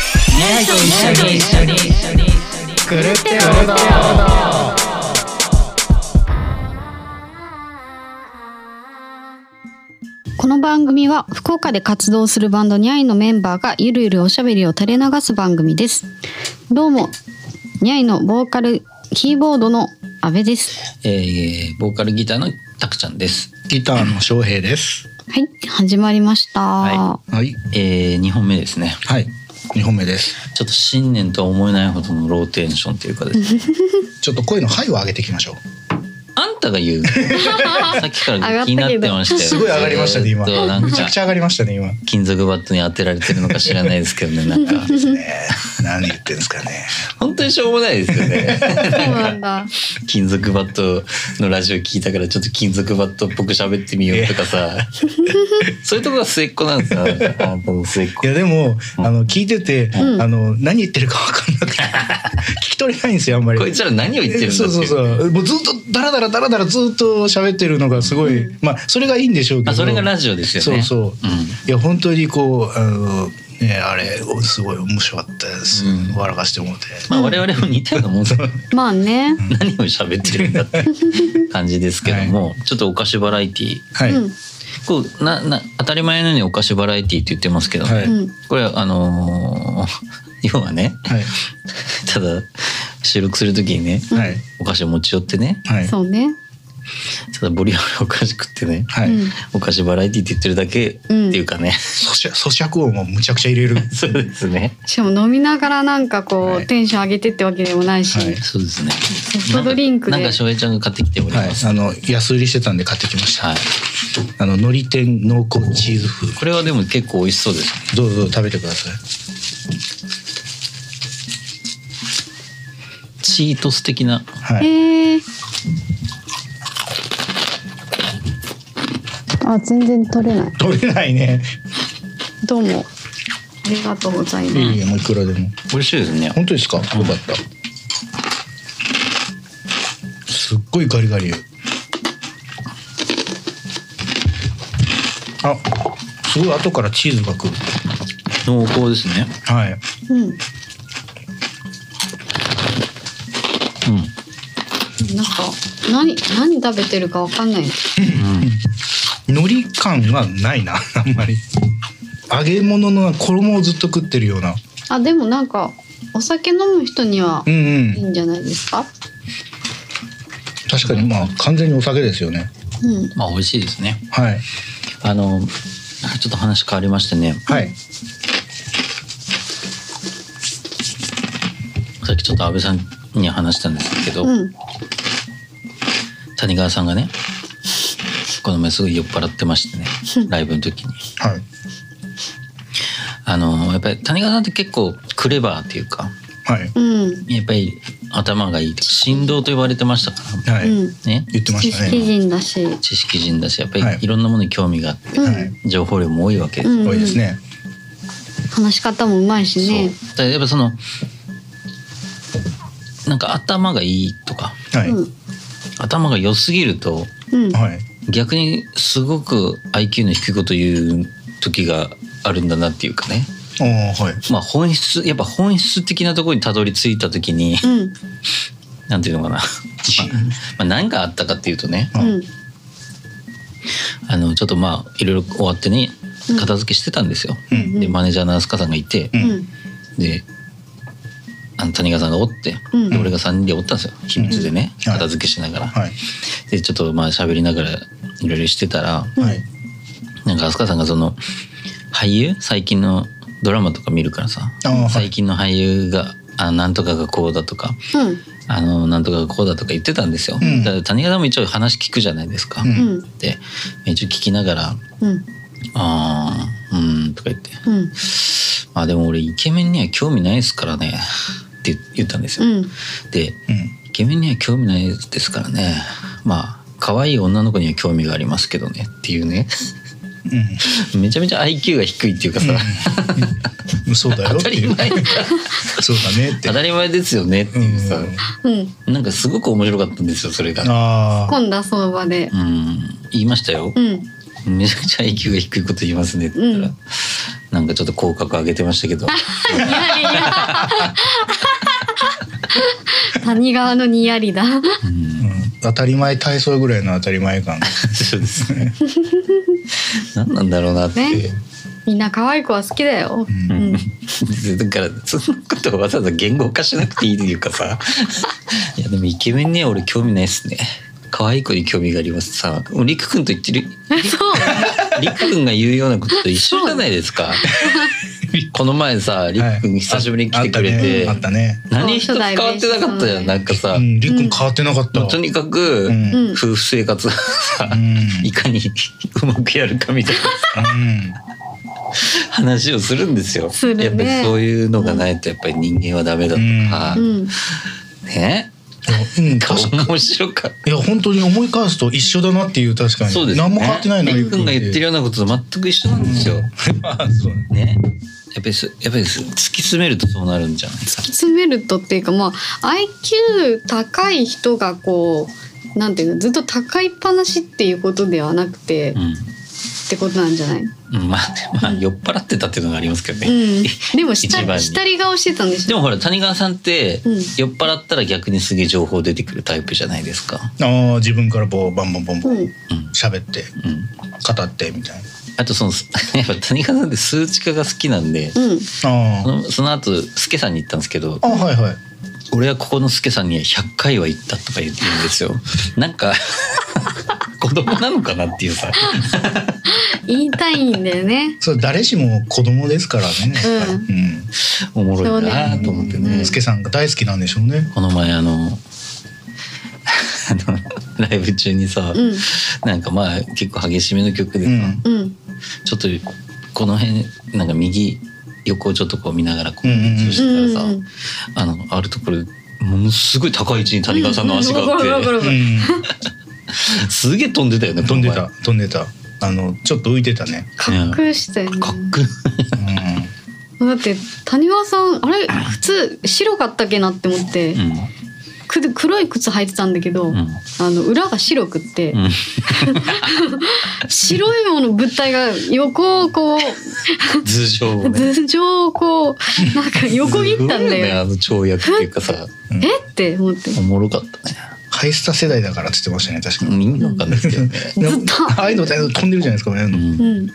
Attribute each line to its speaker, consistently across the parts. Speaker 1: と一緒に一緒に
Speaker 2: 狂ってるの
Speaker 3: この番組は福岡で活動するバンドニャイのメンバーがゆるゆるおしゃべりを垂れ流す番組ですどうもニャイのボーカルキーボードの阿部です
Speaker 4: えー、ボーカルギターのたくちゃんです。
Speaker 2: ギターの翔平です
Speaker 3: はい始まりました、
Speaker 4: は
Speaker 2: はい
Speaker 4: えー、2本目ですね。
Speaker 2: はい2本目です
Speaker 4: ちょっと新年とは思えないほどのローテーションというかですね。
Speaker 2: ちょっと声のハイを上げていきましょう
Speaker 4: あんたが 言う。さっきから気になってましたよ。
Speaker 2: すごい上がりましたね今
Speaker 4: ずっとなん
Speaker 2: めちゃ
Speaker 4: か
Speaker 2: くちゃ上がりましたね今
Speaker 4: 金属バットに当てられてるのか知らないですけどね。なんか
Speaker 2: ね何言ってんですかね
Speaker 4: 本当にしょうもないですよね。
Speaker 3: そうなんだ
Speaker 4: 金属バットのラジオ聞いたからちょっと金属バットっぽく喋ってみようとかさ。そういうとこが末っ子なんですよ。なんかあんたの末っ子
Speaker 2: い。やでも、
Speaker 4: うん
Speaker 2: あの聞いてて、
Speaker 3: うん
Speaker 2: あの何言ってるか分 かんなくて聞き取れないんですよあんまり
Speaker 4: こいつら何を言ってるんだってい
Speaker 2: そうそうそうもうずっとダラダラダラダラずっと喋ってるのがすごい、まあそれがいいんでしょうけど
Speaker 4: あそれがラジオですよね。
Speaker 2: そうそう、
Speaker 4: うん
Speaker 2: いや本当にこうあのねあれおすごい面白かったです、
Speaker 4: うん
Speaker 2: 笑かしてもらって
Speaker 4: まあ我々も似たようなもんで
Speaker 3: まあね、
Speaker 4: 何を喋ってるんだって感じですけども、ちょっとお菓子バラエティー
Speaker 2: はい、
Speaker 3: うん
Speaker 4: こうなな当たり前のようにお菓子バラエティーって言ってますけど、
Speaker 2: は
Speaker 3: う
Speaker 2: い、
Speaker 3: ん
Speaker 4: これはあのー 要はね
Speaker 2: はい
Speaker 4: ただ収録する時にね
Speaker 2: はい
Speaker 4: お菓子を持ち寄ってね
Speaker 2: はい
Speaker 3: そうね
Speaker 4: ただボリュームお菓子食ってね
Speaker 2: はい、
Speaker 3: うん
Speaker 4: お菓子バラエティーって言ってるだけって
Speaker 3: うん
Speaker 4: いうかね、
Speaker 2: 咀嚼咀嚼音もむちゃくちゃ入れる
Speaker 4: そうですね
Speaker 3: しかも飲みながらなんかこう、
Speaker 2: はい
Speaker 3: テンション上げてってわけでもないし、
Speaker 2: はい
Speaker 4: そうですね
Speaker 3: ソフトドリンクで
Speaker 4: なんか翔平ちゃんが買ってきており
Speaker 2: はい
Speaker 4: ます、
Speaker 2: あの安売りしてたんで買ってきました、
Speaker 4: はい
Speaker 2: あの海苔天濃厚チーズ風
Speaker 4: これはでも結構美味しそうですね
Speaker 2: どうぞ食べてください
Speaker 4: チートス的な
Speaker 2: はい、
Speaker 3: へえあ全然取れない
Speaker 2: 取れないね
Speaker 3: どうもありがとうございます、
Speaker 2: いいよもういくらでも
Speaker 4: 美味しいですね
Speaker 2: 本当ですかよかったすっごいガリガリあすごい後からチーズがくる
Speaker 4: 濃厚ですね
Speaker 2: はい
Speaker 3: うん
Speaker 4: うん
Speaker 3: なんか何何食べてるかわかんない。
Speaker 2: 海苔感がない なあんまり揚げ物の衣をずっと食ってるような
Speaker 3: あでもなんかお酒飲む人には
Speaker 2: うんう
Speaker 3: いい
Speaker 2: ん
Speaker 3: んじゃないですか。
Speaker 2: 確かにまあ完全にお酒ですよね
Speaker 3: うん。
Speaker 4: まあ美味しいですね。
Speaker 2: はい
Speaker 4: あのなんかちょっと話変わりましてね、
Speaker 2: はい
Speaker 4: さっきちょっと安倍さんに話したんですけど、
Speaker 3: うん。
Speaker 4: 谷川さんがね、この前すごい酔っ払ってましてね、ライブの時に、
Speaker 2: はい
Speaker 4: あのやっぱり谷川さんって結構クレバーっていうか、
Speaker 2: はい
Speaker 3: うん。
Speaker 4: やっぱり頭がいいと、振動と言われてましたから、
Speaker 2: はい、
Speaker 3: うん。
Speaker 4: ね、
Speaker 2: 言ってま
Speaker 3: 知
Speaker 2: した
Speaker 3: 識
Speaker 2: ね
Speaker 3: 人だし。
Speaker 4: 知識人だし、やっぱ
Speaker 2: はい
Speaker 4: りいろんなものに興味があって、
Speaker 3: うん。
Speaker 2: はい
Speaker 4: 情報量も多いわけです。
Speaker 3: うん
Speaker 2: 多いですね
Speaker 3: 話し方もうまいし
Speaker 4: そう。
Speaker 3: ね。
Speaker 4: だからやっぱそのなんか頭がいいとか
Speaker 2: はい、
Speaker 3: うん。
Speaker 4: 頭が良すぎると
Speaker 3: うん。
Speaker 2: はい
Speaker 4: 逆にすごく IQ の低いこと言う時があるんだなっていうかね
Speaker 2: ああはい
Speaker 4: まあ本質やっぱ本質的なところにたどり着いた時に
Speaker 3: うん。
Speaker 4: なんていうのかな、まあ
Speaker 2: ち
Speaker 4: まあ、何があったかっていうとね
Speaker 2: う
Speaker 3: うんん。
Speaker 4: あのちょっとまあいろいろ終わってね
Speaker 3: うん
Speaker 4: 片付けしてたんですよ。
Speaker 2: う
Speaker 3: うん
Speaker 2: ん
Speaker 4: でマネージャーの飛鳥さんがいて
Speaker 2: う
Speaker 3: うんん。
Speaker 4: であの谷川さんがおって
Speaker 3: うん
Speaker 4: で俺が3人でおったんですよ秘密でね
Speaker 2: うんはい
Speaker 4: 片付けしながら。
Speaker 2: はい
Speaker 4: でちょっとまあ喋りながらいろいろしてたら
Speaker 2: はい
Speaker 4: なんか飛鳥さんがその俳優最近のドラマとか見るからさ
Speaker 2: あーはい
Speaker 4: 最近の俳優があなんとかがこうだとか
Speaker 3: うん。
Speaker 4: あのなんとかがこうだとか言ってたんですよ。
Speaker 2: うん
Speaker 4: だから谷川さんも一応話聞くじゃないですか。
Speaker 2: うん
Speaker 3: うん。
Speaker 4: で一応聞きながら
Speaker 3: うん。
Speaker 4: 「あーうーん」とか言って
Speaker 3: うん。
Speaker 4: 「まあでも俺イケメンには興味ないですからね」って言ったんです
Speaker 3: う
Speaker 4: よ。
Speaker 3: ん。
Speaker 4: で
Speaker 2: うん
Speaker 4: イケメンには興味ないですからねまあ可愛い女の子には興味がありますけどねっていうね
Speaker 2: うん
Speaker 4: めちゃめちゃ IQ が低いっていうかさ、
Speaker 2: うんそうだよ
Speaker 4: 当
Speaker 2: ったてい
Speaker 4: り
Speaker 2: う
Speaker 4: 前
Speaker 2: そうだねって
Speaker 4: 当たり前ですよねっていうさ、
Speaker 2: うん
Speaker 3: うん。
Speaker 4: なんかすごく面白かったんですよそれが。
Speaker 2: ああ
Speaker 3: 今度はその場で
Speaker 4: う。ん言いましたよ
Speaker 3: う、ん。
Speaker 4: めちゃくちゃ IQ が低いこと言いますねって言ったら、
Speaker 3: うん
Speaker 4: なんかちょっと口角上げてましたけ ど
Speaker 3: ニヤリだ 谷川のニヤリだ
Speaker 4: うん
Speaker 2: うん当たり前体操ぐらいの当たり前感
Speaker 4: そうですね何なんだろうなって、
Speaker 3: ねみんな可愛い子は好きだよ、
Speaker 4: う
Speaker 3: う
Speaker 4: ん、
Speaker 3: ん
Speaker 4: だからそのことをわざわざ言語化しなくていいというか さいやでもイケメンには俺興味ないっすね可愛い子に興味がありますさりくくんと言ってる
Speaker 3: そう
Speaker 4: りくくんが言うようなことと一緒じゃないです かこの前さりくくん久しぶりに来てくれて、
Speaker 2: あったね
Speaker 4: 何一つ変わってなかったじゃ
Speaker 3: うんん
Speaker 4: なんか
Speaker 2: あ
Speaker 4: さ、
Speaker 2: ったねうんりっくん変わってなかった
Speaker 4: もう
Speaker 2: わ
Speaker 4: とにかく、
Speaker 2: うん
Speaker 3: うん
Speaker 4: 夫婦生活がさ、
Speaker 2: うん
Speaker 4: いかにうまくやるかみたい
Speaker 2: うん
Speaker 4: な話をするんですよ。
Speaker 3: するね
Speaker 4: やっぱりそういうのがないとやっぱり人間はダメだとか、
Speaker 3: うん
Speaker 4: ね
Speaker 2: うん、確か
Speaker 4: 面白かっ
Speaker 2: いや本当に思い返すと一緒だなっていう確か
Speaker 4: た。
Speaker 2: に
Speaker 4: そうです、ね。
Speaker 2: 何も変わってないの
Speaker 4: りっくんが言ってるようなことと全く一緒なんですよ。
Speaker 2: あそうね
Speaker 4: ね。やっぱりそやっぱりそ突き詰めるとそうなるんじゃないですか。
Speaker 3: 詰めるとっていうかまあ IQ 高い人がこうなんていうのずっと高いっぱなしっていうことではなくて、
Speaker 4: う
Speaker 3: っ
Speaker 4: ん
Speaker 3: てことなんじゃない、う
Speaker 4: うん。まあまあ酔っ払ってたっていうのがありますけどね。
Speaker 3: ん、でも
Speaker 4: 一番
Speaker 3: 下
Speaker 4: に
Speaker 3: 下り顔してたんでし
Speaker 4: で
Speaker 3: ょ
Speaker 4: もほら谷川さんって
Speaker 3: うん
Speaker 4: 酔っ払ったら逆にすげえ情報出てくるタイプじゃないですか。
Speaker 2: ああ自分からこうバンバンバンバ
Speaker 3: う
Speaker 2: ン
Speaker 3: ん
Speaker 4: うん。
Speaker 2: 喋って
Speaker 4: うん。
Speaker 2: 語ってみたい
Speaker 4: あとその やっぱ谷川さんって数値化が好きなんで。
Speaker 3: うん
Speaker 2: な
Speaker 4: そ
Speaker 2: あ
Speaker 4: のその後スケさんに行ったんですけど
Speaker 2: ああはいはい
Speaker 4: 俺はここのスケさんに100回は行ったとか言ってるんですよなんか 子供なのかなっていうさ
Speaker 3: 言いたいんだよね
Speaker 2: それ誰しも子供ですからね
Speaker 3: う
Speaker 4: おもろいなと思って
Speaker 2: うん
Speaker 4: ね
Speaker 2: スケさんが大好きなんでしょうね
Speaker 4: この前あのあのライブ中にさ、
Speaker 3: うん
Speaker 4: なんかまあ結構激しめの曲
Speaker 2: う
Speaker 4: でさ、
Speaker 2: ん
Speaker 3: うん
Speaker 4: ちょっとこの辺なんか右横をちょっとこう見ながらこう
Speaker 2: うんうんうん
Speaker 4: 練習
Speaker 3: う
Speaker 4: して
Speaker 3: ん
Speaker 4: たらさ、
Speaker 3: うん
Speaker 4: あのあるところでものすごい高い位置に谷川さんの足があって、
Speaker 3: うんうんわかるわかるわかる
Speaker 2: うん
Speaker 4: すげえ飛んでたよね
Speaker 2: 飛んで
Speaker 4: この
Speaker 2: た飛んでたあのちょっと浮いてたね
Speaker 3: かっこよしたよね
Speaker 4: 前かっこいい
Speaker 2: うん
Speaker 3: だって谷川さんあれ靴白かったっけなって思って、く黒い靴履いてたんだけど、
Speaker 4: うんうん
Speaker 3: あの裏が白くって、
Speaker 4: うん
Speaker 3: 白いもの物体が横をこう
Speaker 4: 頭上をね
Speaker 3: 頭上をこうなんか横切ったんだ
Speaker 4: すごいね
Speaker 3: よ。
Speaker 4: あの跳躍っていうかさ
Speaker 3: えって思って
Speaker 4: おもろかったね
Speaker 2: ハイスタ世代だからって言ってましたね確かに
Speaker 4: 意味わかんないですけどね
Speaker 3: ずっと
Speaker 2: ああいうのだいぶ飛んでるじゃないですか
Speaker 4: う
Speaker 2: ね
Speaker 3: うんん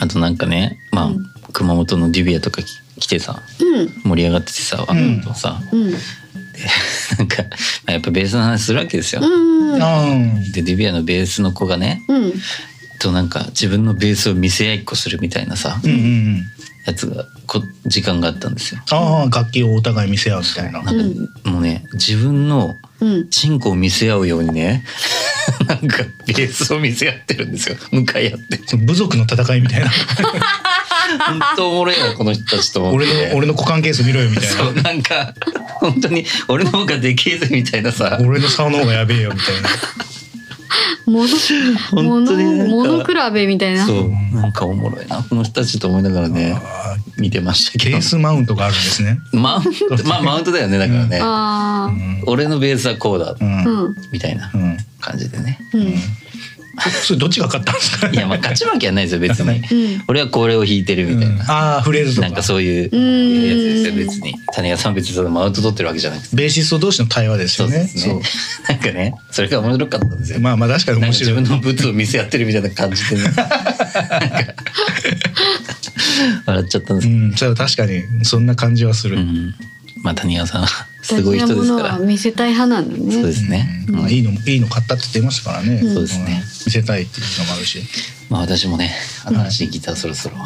Speaker 4: あとなんかねまあ
Speaker 3: うん
Speaker 4: 熊本のデュビアとかき来てさ
Speaker 3: うん
Speaker 4: 盛り上がっててさあ
Speaker 2: うん
Speaker 4: とさ
Speaker 3: うん
Speaker 4: なんかまあやっぱベースの話するわけですよ
Speaker 3: うん
Speaker 2: あ
Speaker 4: でデュビアのベースの子がね
Speaker 3: うん
Speaker 4: となんか自分のベースを見せ合いっこするみたいなさ
Speaker 2: ーうんうんうん
Speaker 4: やつがこ時間があったんですよ
Speaker 2: ああ楽器をお互い見せ合うみたいな
Speaker 4: なんかもうね自分の
Speaker 3: うん
Speaker 4: チンコを見せ合うようにね なんかベースを見せ合ってるんですよ向かい合って
Speaker 2: その部族の戦いみ たいな
Speaker 4: 本当おもろいなこの人たちと思って
Speaker 2: 俺の俺の股関係数見ろよみたい
Speaker 4: そうなんか本当に俺の方がでけえぜみたいなさ
Speaker 2: な俺の竿の方がやべえよみたい な
Speaker 3: ものも
Speaker 4: 本当にな
Speaker 3: の
Speaker 4: んか
Speaker 3: もの比べみたいな。
Speaker 4: そうなんかおもろいなこの人たちと思いながらね
Speaker 2: あー
Speaker 4: 見てましたけ
Speaker 2: ケ
Speaker 4: ど
Speaker 2: ースマウントがあるんですね
Speaker 4: マウントまあマウントだよねだからね、
Speaker 3: あ
Speaker 2: うん
Speaker 4: 俺のベースはこうだ
Speaker 2: う
Speaker 3: あうん
Speaker 2: ん
Speaker 4: みたいな
Speaker 2: うん
Speaker 4: 感じでね
Speaker 3: うん
Speaker 2: それどっちが勝ったんですか
Speaker 4: いやまあ勝ち負けはないですよ別に
Speaker 3: うん
Speaker 4: 俺はこれを弾いてるみたいな、
Speaker 2: ああーフレーズとか
Speaker 4: なんかそういう
Speaker 3: うん
Speaker 4: やつですよ別に谷川さん別にそのマウント取ってるわけじゃなくて
Speaker 2: ベーシスト同士の対話です
Speaker 4: そ
Speaker 2: よ
Speaker 4: うで
Speaker 2: ね
Speaker 4: すね なんかねそれが面白かったんです
Speaker 2: そ
Speaker 4: よ、
Speaker 2: うまあまあ確かに
Speaker 4: なん
Speaker 2: 面
Speaker 4: か自
Speaker 2: 白い
Speaker 4: 分のブツを見せ合ってるみたいな感 じでねなんか 笑っちゃったんで
Speaker 2: う
Speaker 4: すけ
Speaker 2: んそれは確かにそんな感じはする、
Speaker 4: ど、うんまあ谷川さんはすごい人
Speaker 3: 大
Speaker 4: で
Speaker 3: 事
Speaker 4: す
Speaker 3: なも
Speaker 4: か
Speaker 3: の
Speaker 4: ら
Speaker 3: は見せたい派なのね。
Speaker 4: そうですね、
Speaker 2: うんまあ、いいのいいの買ったって言ってましたからね、
Speaker 3: うんそう
Speaker 4: ですね
Speaker 2: ん見せたいっていうのもあるし
Speaker 4: まあ私もね新しいギターそろそろ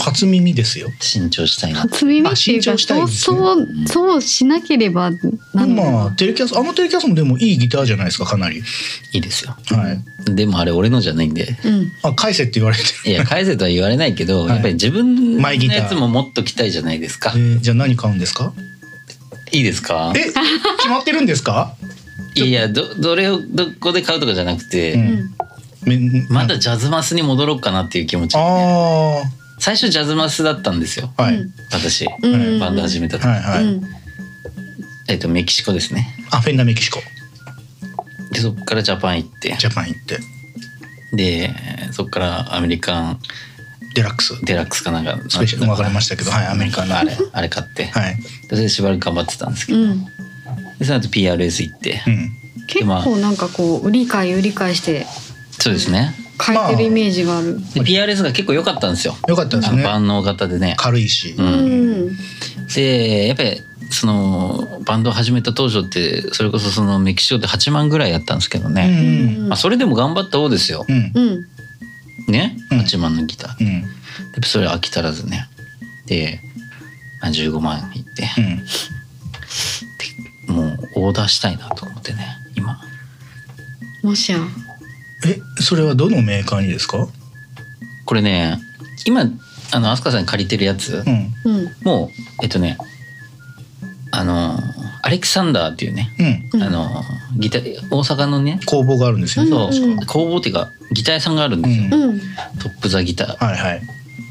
Speaker 2: お初耳ですよ
Speaker 4: 新調したいな
Speaker 3: 初耳ってい
Speaker 2: あ新
Speaker 3: うか、
Speaker 2: 調したい
Speaker 3: そ
Speaker 2: ん
Speaker 3: う
Speaker 2: ですね
Speaker 3: そうそうしなければなんだろう
Speaker 2: まあテレキャスあのテレキャスもでもいいギターじゃないですかかなり、
Speaker 4: いいですよ
Speaker 2: はい
Speaker 4: でもあれ俺のじゃないんで
Speaker 3: うん
Speaker 2: あ返せって言われ て
Speaker 4: いや返せとは言われないけど、
Speaker 2: はい
Speaker 4: やっぱり自分の
Speaker 2: マイギター
Speaker 4: やつも持っときたいじゃないですか
Speaker 2: えーじゃあ何買うんですか
Speaker 4: いいですか
Speaker 2: え決まってるんですか
Speaker 4: いやいやどどれをどこで買うとかじゃなくて、
Speaker 2: うん
Speaker 3: うん
Speaker 2: め
Speaker 4: まだジャズマスに戻ろうかなっていう気持ち、
Speaker 2: ああ
Speaker 4: 最初ジャズマスだったんですよ
Speaker 2: はい、
Speaker 3: うん
Speaker 4: 私、
Speaker 3: うん
Speaker 4: バンド始めた時、
Speaker 2: はいはい、
Speaker 3: うん
Speaker 4: えっとメキシコですね
Speaker 2: あフェンダメキシコ
Speaker 4: でそこからジャパン行って
Speaker 2: ジャパン行って
Speaker 4: でそこからアメリカン
Speaker 2: デラックス
Speaker 4: デラックスかなんか
Speaker 2: スペシャル分かりましたけどはいアメリカの
Speaker 4: あれあれ買って、
Speaker 2: はい
Speaker 4: それでしばらく頑張ってたんですけ
Speaker 3: う
Speaker 4: ど、
Speaker 3: ん、
Speaker 4: でその後 PRS 行って、
Speaker 2: うん
Speaker 3: 結構なんかこう売り買い売り買いして
Speaker 4: そうですね
Speaker 3: 買えてるイメージがある、
Speaker 4: で PRS が結構良かったんですよ
Speaker 2: よかったですね
Speaker 4: 万能型でね
Speaker 2: 軽いし、
Speaker 4: う
Speaker 3: うんん
Speaker 4: でやっぱりそのバンドを始めた当初ってそれこそそのメキシコで8万ぐらいやったんですけど
Speaker 2: うんう
Speaker 4: ね、
Speaker 2: ん
Speaker 4: まあ、それでも頑張った方ですよ
Speaker 2: う、ん
Speaker 3: うん
Speaker 4: ね
Speaker 2: うん
Speaker 4: 8万のギター
Speaker 2: うんうん
Speaker 4: でそれ飽き足らずねでまあ15万いって、もうオーダーしたいなと思ってね今
Speaker 3: もしや
Speaker 2: えそれはどのメーカーにですか
Speaker 4: これね今あの飛鳥さんに借りてるやつ
Speaker 2: うん
Speaker 3: うん
Speaker 4: もうえっとねあのアレキサンダーっていうね、
Speaker 2: うん
Speaker 3: うん
Speaker 4: あのギター大阪のね
Speaker 2: 工房があるんですよね、
Speaker 4: そう
Speaker 3: うん
Speaker 4: 工房っていうかギター屋さんがあるん
Speaker 2: う
Speaker 4: ですよ、
Speaker 2: ん
Speaker 3: うん
Speaker 4: トップ・ザ・ギター
Speaker 2: はいはい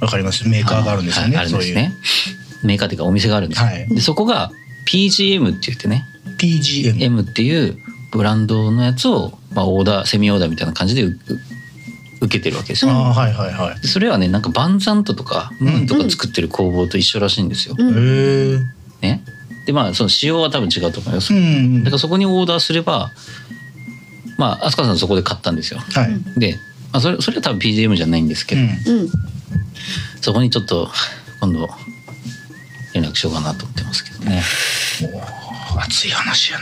Speaker 2: わかりますメーカーがあるんですよね、
Speaker 4: はいあるん
Speaker 2: そう
Speaker 4: です
Speaker 2: いう、
Speaker 4: ねメーカーっていうかお店があるんですよ、
Speaker 2: はい
Speaker 4: でそこが PGM って言ってね
Speaker 2: PGM
Speaker 4: M っていうブランドのやつを、まあ、オーダーセミオーダーみたいな感じでう受けてるわけです
Speaker 2: あ
Speaker 4: よ、
Speaker 2: あはいはいはい
Speaker 4: でそれはねなんかバンザントとかムーンとか作ってる工房と一緒らしいんですよ、
Speaker 3: うん
Speaker 2: へえ
Speaker 4: ねでまあその仕様は多分違うと思います、
Speaker 2: う
Speaker 4: よ
Speaker 2: ん
Speaker 4: だからそこにオーダーすればまあ飛鳥さんそこで買ったんですよ
Speaker 2: はい、
Speaker 3: うん
Speaker 4: で、まあ、それそれは多分 PGM じゃないんですけど、
Speaker 2: う
Speaker 3: うん
Speaker 4: そこにちょっと今度連絡しようかなと思ってますけどね。
Speaker 2: ん、もう熱い話や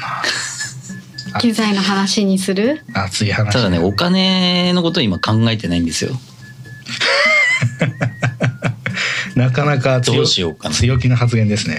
Speaker 2: な
Speaker 3: 機材の話にする
Speaker 2: 熱い話
Speaker 4: ただねお金のことを今考えてないんですよ。
Speaker 2: なかなか強
Speaker 4: どうしようかな
Speaker 2: 強気な発言ですね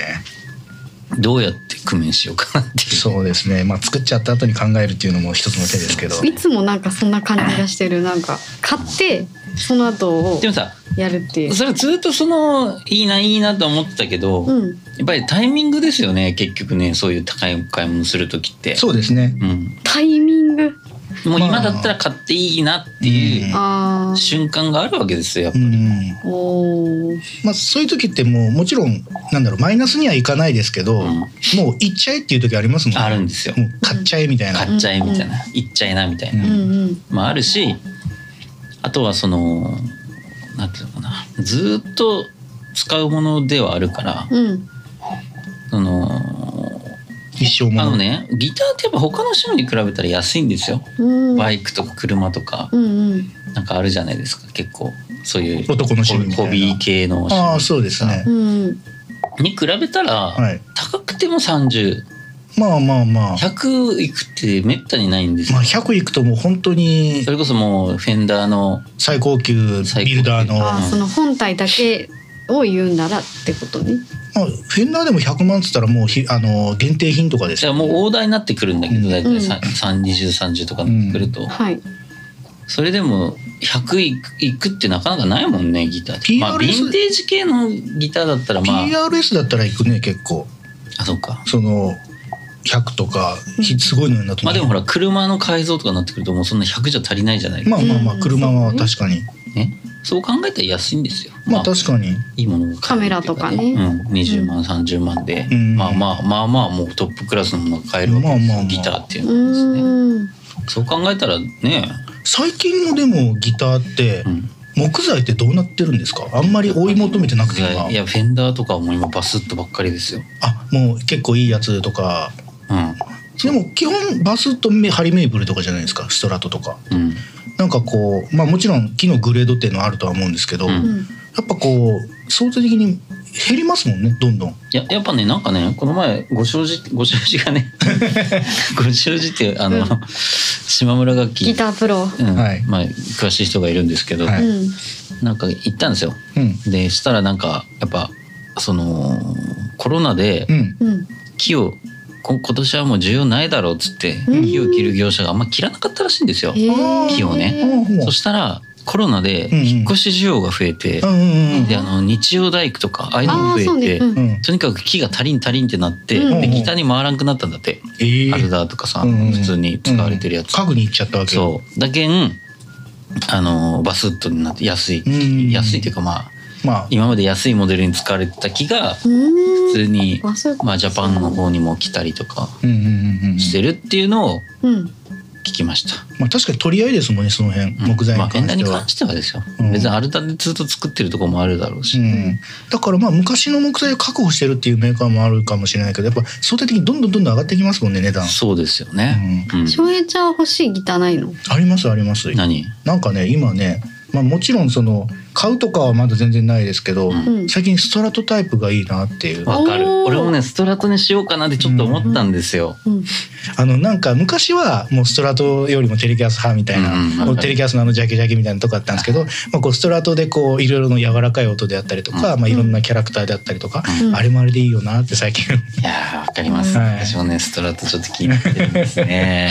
Speaker 4: どうやって工面しようかなっていう。
Speaker 2: そうですねまあ作っちゃった後に考えるっていうのも一つの手ですけど
Speaker 3: いつもなんかそんな感じがしてるなんか買ってその後を
Speaker 4: でもさ
Speaker 3: やるっていう
Speaker 4: それずっとそのいいないいなと思ってたけど、
Speaker 3: う
Speaker 4: や
Speaker 3: ん
Speaker 4: っぱりタイミングですよね結局ねそういう高いお買い物する時って。
Speaker 2: そうですね
Speaker 4: うん、
Speaker 3: タイミング
Speaker 4: もう
Speaker 2: まあ
Speaker 4: 今だったら買っていいなっていう
Speaker 3: あー
Speaker 4: 瞬間があるわけですよやっぱ
Speaker 2: う
Speaker 4: り。
Speaker 2: ん
Speaker 3: おー
Speaker 2: まあそういう時ってもうもちろんなんだろうマイナスにはいかないですけど、
Speaker 4: うん
Speaker 2: もう行っちゃえっていう時ありますもんね
Speaker 4: あるんですよ。
Speaker 2: もう買っちゃえみたいな、
Speaker 4: 買っちゃえみたいな、いっちゃえなみたいな
Speaker 3: う。んうん
Speaker 4: まあ、あるしあとはそのなんていうのかなずーっと使うものではあるから、
Speaker 3: うん
Speaker 4: その
Speaker 2: 一生も
Speaker 4: あ
Speaker 2: の
Speaker 4: のねギターってやっぱ他の種類に比べたら安いんですよ、
Speaker 3: うん
Speaker 4: バイクとか車とか
Speaker 3: うんうん
Speaker 4: なんかあるじゃないですか結構そういう
Speaker 2: 男の趣味みたいな
Speaker 4: ホビー系の
Speaker 2: ああ
Speaker 4: 趣
Speaker 2: そうですね
Speaker 3: う、ん
Speaker 4: 味に比べたら、
Speaker 2: はい
Speaker 4: 高くても3010
Speaker 2: まあまあまあ
Speaker 4: いくってめったにないんですよ、
Speaker 2: まあ100いくともう本当に
Speaker 4: それこそもうフェンダーの
Speaker 2: 最高級ビルダーの
Speaker 4: 最高級
Speaker 3: あーその本体だけを言うならってことね
Speaker 2: まあ、フェンダーでも100万っつったらもうひあの限定品とかです
Speaker 4: じゃ
Speaker 2: よ
Speaker 4: あもうオーダーになってくるんだけ
Speaker 2: うん
Speaker 4: ど大
Speaker 3: う
Speaker 4: 体
Speaker 3: ん
Speaker 4: さ32030とかに来ると、
Speaker 3: はい
Speaker 4: それでも100いくいくってなかなかないもんねギターって、
Speaker 2: PRS
Speaker 4: まあヴィンテージ系のギターだったらまあ、
Speaker 2: PRS だったら行くね結構
Speaker 4: あそうか
Speaker 2: その100とか
Speaker 3: うん
Speaker 2: ひすごいのになって
Speaker 4: まあでもほら車の改造とかになってくるともうそんな100じゃ足りないじゃない、
Speaker 2: まあまあまあ
Speaker 3: うん
Speaker 2: 車は確かに、
Speaker 4: ね、そう考えたら安いんですよ、
Speaker 2: まあ確かに
Speaker 4: いいものを買えるっていう
Speaker 3: カメラ
Speaker 4: うん、20万30万で、
Speaker 2: うん
Speaker 4: まあまあまあまあもうトップクラスのものが買えるわけですよ、
Speaker 2: まあまあまあ
Speaker 4: ギターっていう
Speaker 3: う
Speaker 4: のはですね
Speaker 3: ーん
Speaker 4: そう考えたらね、
Speaker 2: 最近のでもギターって
Speaker 4: うん、
Speaker 2: 木材ってどうなってるんですかあんまり追い求めてなくて今
Speaker 4: いやフェンダーとかも今バスッとばっかりですよ、
Speaker 2: あもう結構いいやつとか
Speaker 4: うん
Speaker 2: でも基本バスとメハリメーブルとかじゃないですかストラトとか
Speaker 4: うん、
Speaker 2: なんかこうまあもちろん木のグレードっていうのはあるとは思うんですけど、
Speaker 4: うん
Speaker 3: うん
Speaker 2: やっぱこう相対的に減りますもんねどんどん。
Speaker 4: ややっぱねなんかねこの前ご障子ご障子 がねご障子ってあの、
Speaker 3: うん
Speaker 4: 島村楽器
Speaker 3: ギタープロ
Speaker 4: うん
Speaker 2: はい
Speaker 4: まあ、詳しい人がいるんですけど、
Speaker 2: は
Speaker 3: う
Speaker 2: い
Speaker 3: ん
Speaker 4: なんか行ったんですよ
Speaker 2: うん
Speaker 4: でしたらなんかやっぱそのコロナで
Speaker 2: うん
Speaker 3: うん
Speaker 4: 木をこ今年はもう需要ないだろうっつって
Speaker 3: うん
Speaker 4: 木を切る業者があんま切らなかったらしいんですよ
Speaker 3: へ。ー
Speaker 4: 木をねそしたらコロナで引っ越し需要が増えて、
Speaker 2: うんうん
Speaker 4: であの日曜大工とかああいうの
Speaker 3: あ
Speaker 4: も
Speaker 3: あ
Speaker 4: 増
Speaker 3: そう
Speaker 4: えて、
Speaker 3: ね、うん
Speaker 2: うんうん
Speaker 4: とにかく木が足りん足りんってなって、
Speaker 3: うん
Speaker 4: でギターに回らんくなったんだって、
Speaker 2: えー
Speaker 4: アルダーとかさ、
Speaker 2: うん
Speaker 4: 普通に使われてるやつ、
Speaker 2: 家具に行っちゃったわけよ
Speaker 4: そうだけんあのバスッとなって安い、
Speaker 2: うん
Speaker 4: 安いっていうかまあ
Speaker 2: まあ
Speaker 4: 今まで安いモデルに使われてた木が
Speaker 3: う
Speaker 4: 普
Speaker 3: ー
Speaker 4: 通
Speaker 3: ん
Speaker 4: に、
Speaker 3: あそういうこと
Speaker 4: まあ、ジャパンの方にも来たりとか
Speaker 2: うんうんうんうん
Speaker 4: してるっていうのを
Speaker 3: うん
Speaker 4: 聞きました。
Speaker 2: まあ確かに取り合いですもんねその辺、木材
Speaker 4: まあ
Speaker 2: に関し
Speaker 4: 変な
Speaker 2: て
Speaker 4: に
Speaker 2: は
Speaker 4: 関。してはですよ、
Speaker 2: うん
Speaker 4: 別にアルタでずっと作ってるとこもあるだろう
Speaker 2: う
Speaker 4: し、
Speaker 2: ん、だからまあ昔の木材を確保してるっていうメーカーもあるかもしれないけどやっぱ相対的にどんどんどんどん上がってきますもんね値段
Speaker 4: そうですよね、うん
Speaker 3: 翔平ちゃんは欲しいギターないの
Speaker 2: ありますあります
Speaker 4: 何
Speaker 2: なんかね今ね、まあ、もちろんその買うとかはまだ全然ないですけど、
Speaker 4: うん
Speaker 2: 最近ストラトタイプがいいなっていう
Speaker 4: わかる
Speaker 3: おー
Speaker 4: 俺もねストラトにしようかなってちょっと思ったんですよ、
Speaker 3: うん
Speaker 2: あのなんか昔はもうストラトよりもテレキャス派みたいな、
Speaker 4: うんうん
Speaker 2: もうテレキャスのあのジャケジャケみたいなとこあったんですけど、まあ、こうストラトでこういろいろの柔らかい音であったりとか、まあ、いろんなキャラクターであったりとか、
Speaker 3: うん
Speaker 2: あれもあれでいいよなって最近
Speaker 4: いやーわかります、
Speaker 2: はい
Speaker 4: 私もねストラトちょっと気になってるんです ね、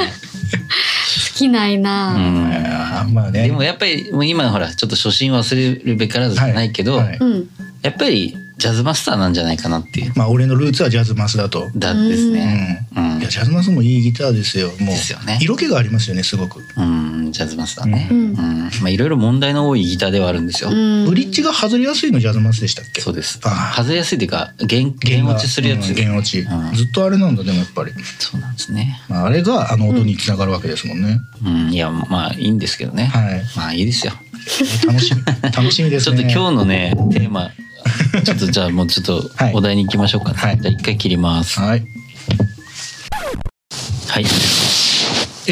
Speaker 3: 好きないうな、
Speaker 4: ん
Speaker 2: まあね
Speaker 4: でもやっぱりもう今ほらちょっと初心忘れるべからずじゃないけど、
Speaker 2: はいはい
Speaker 3: うん
Speaker 4: やっぱりジャズマスターなんじゃないかなっていう
Speaker 2: まあ俺のルーツはジャズマスだと。
Speaker 4: だですねう
Speaker 2: うん
Speaker 4: ん
Speaker 2: いやジャズマスもいいギターですよ。もう
Speaker 4: ですよね
Speaker 2: 色気がありますよねすごく。
Speaker 4: うんジャズマスターね、
Speaker 3: う
Speaker 4: うん
Speaker 3: ん
Speaker 4: まあいろいろ問題の多いギターではあるんですよ、
Speaker 3: うん
Speaker 2: ブリッジが外れやすいのジャズマスでしたっけ？
Speaker 4: そうです
Speaker 2: あー
Speaker 4: 外れやすいというか弦弦落ちするやつ、
Speaker 2: うん弦落ち、
Speaker 4: うん
Speaker 2: ずっとあれなんだでもやっぱり、
Speaker 4: そうなんですね
Speaker 2: まあ、あれがあの音につながるわけですもんね、
Speaker 4: うんいやまあいいんですけどね、
Speaker 2: はい
Speaker 4: まあいいですよ
Speaker 2: 楽しみ 楽しみです
Speaker 4: ちょっ
Speaker 2: ね
Speaker 4: と今日のねテ ーマちょっとじゃあもうちょっと
Speaker 2: はい
Speaker 4: お題に行きましょうか、
Speaker 2: はい
Speaker 4: じゃあ一回切ります
Speaker 2: はい
Speaker 4: はい
Speaker 2: え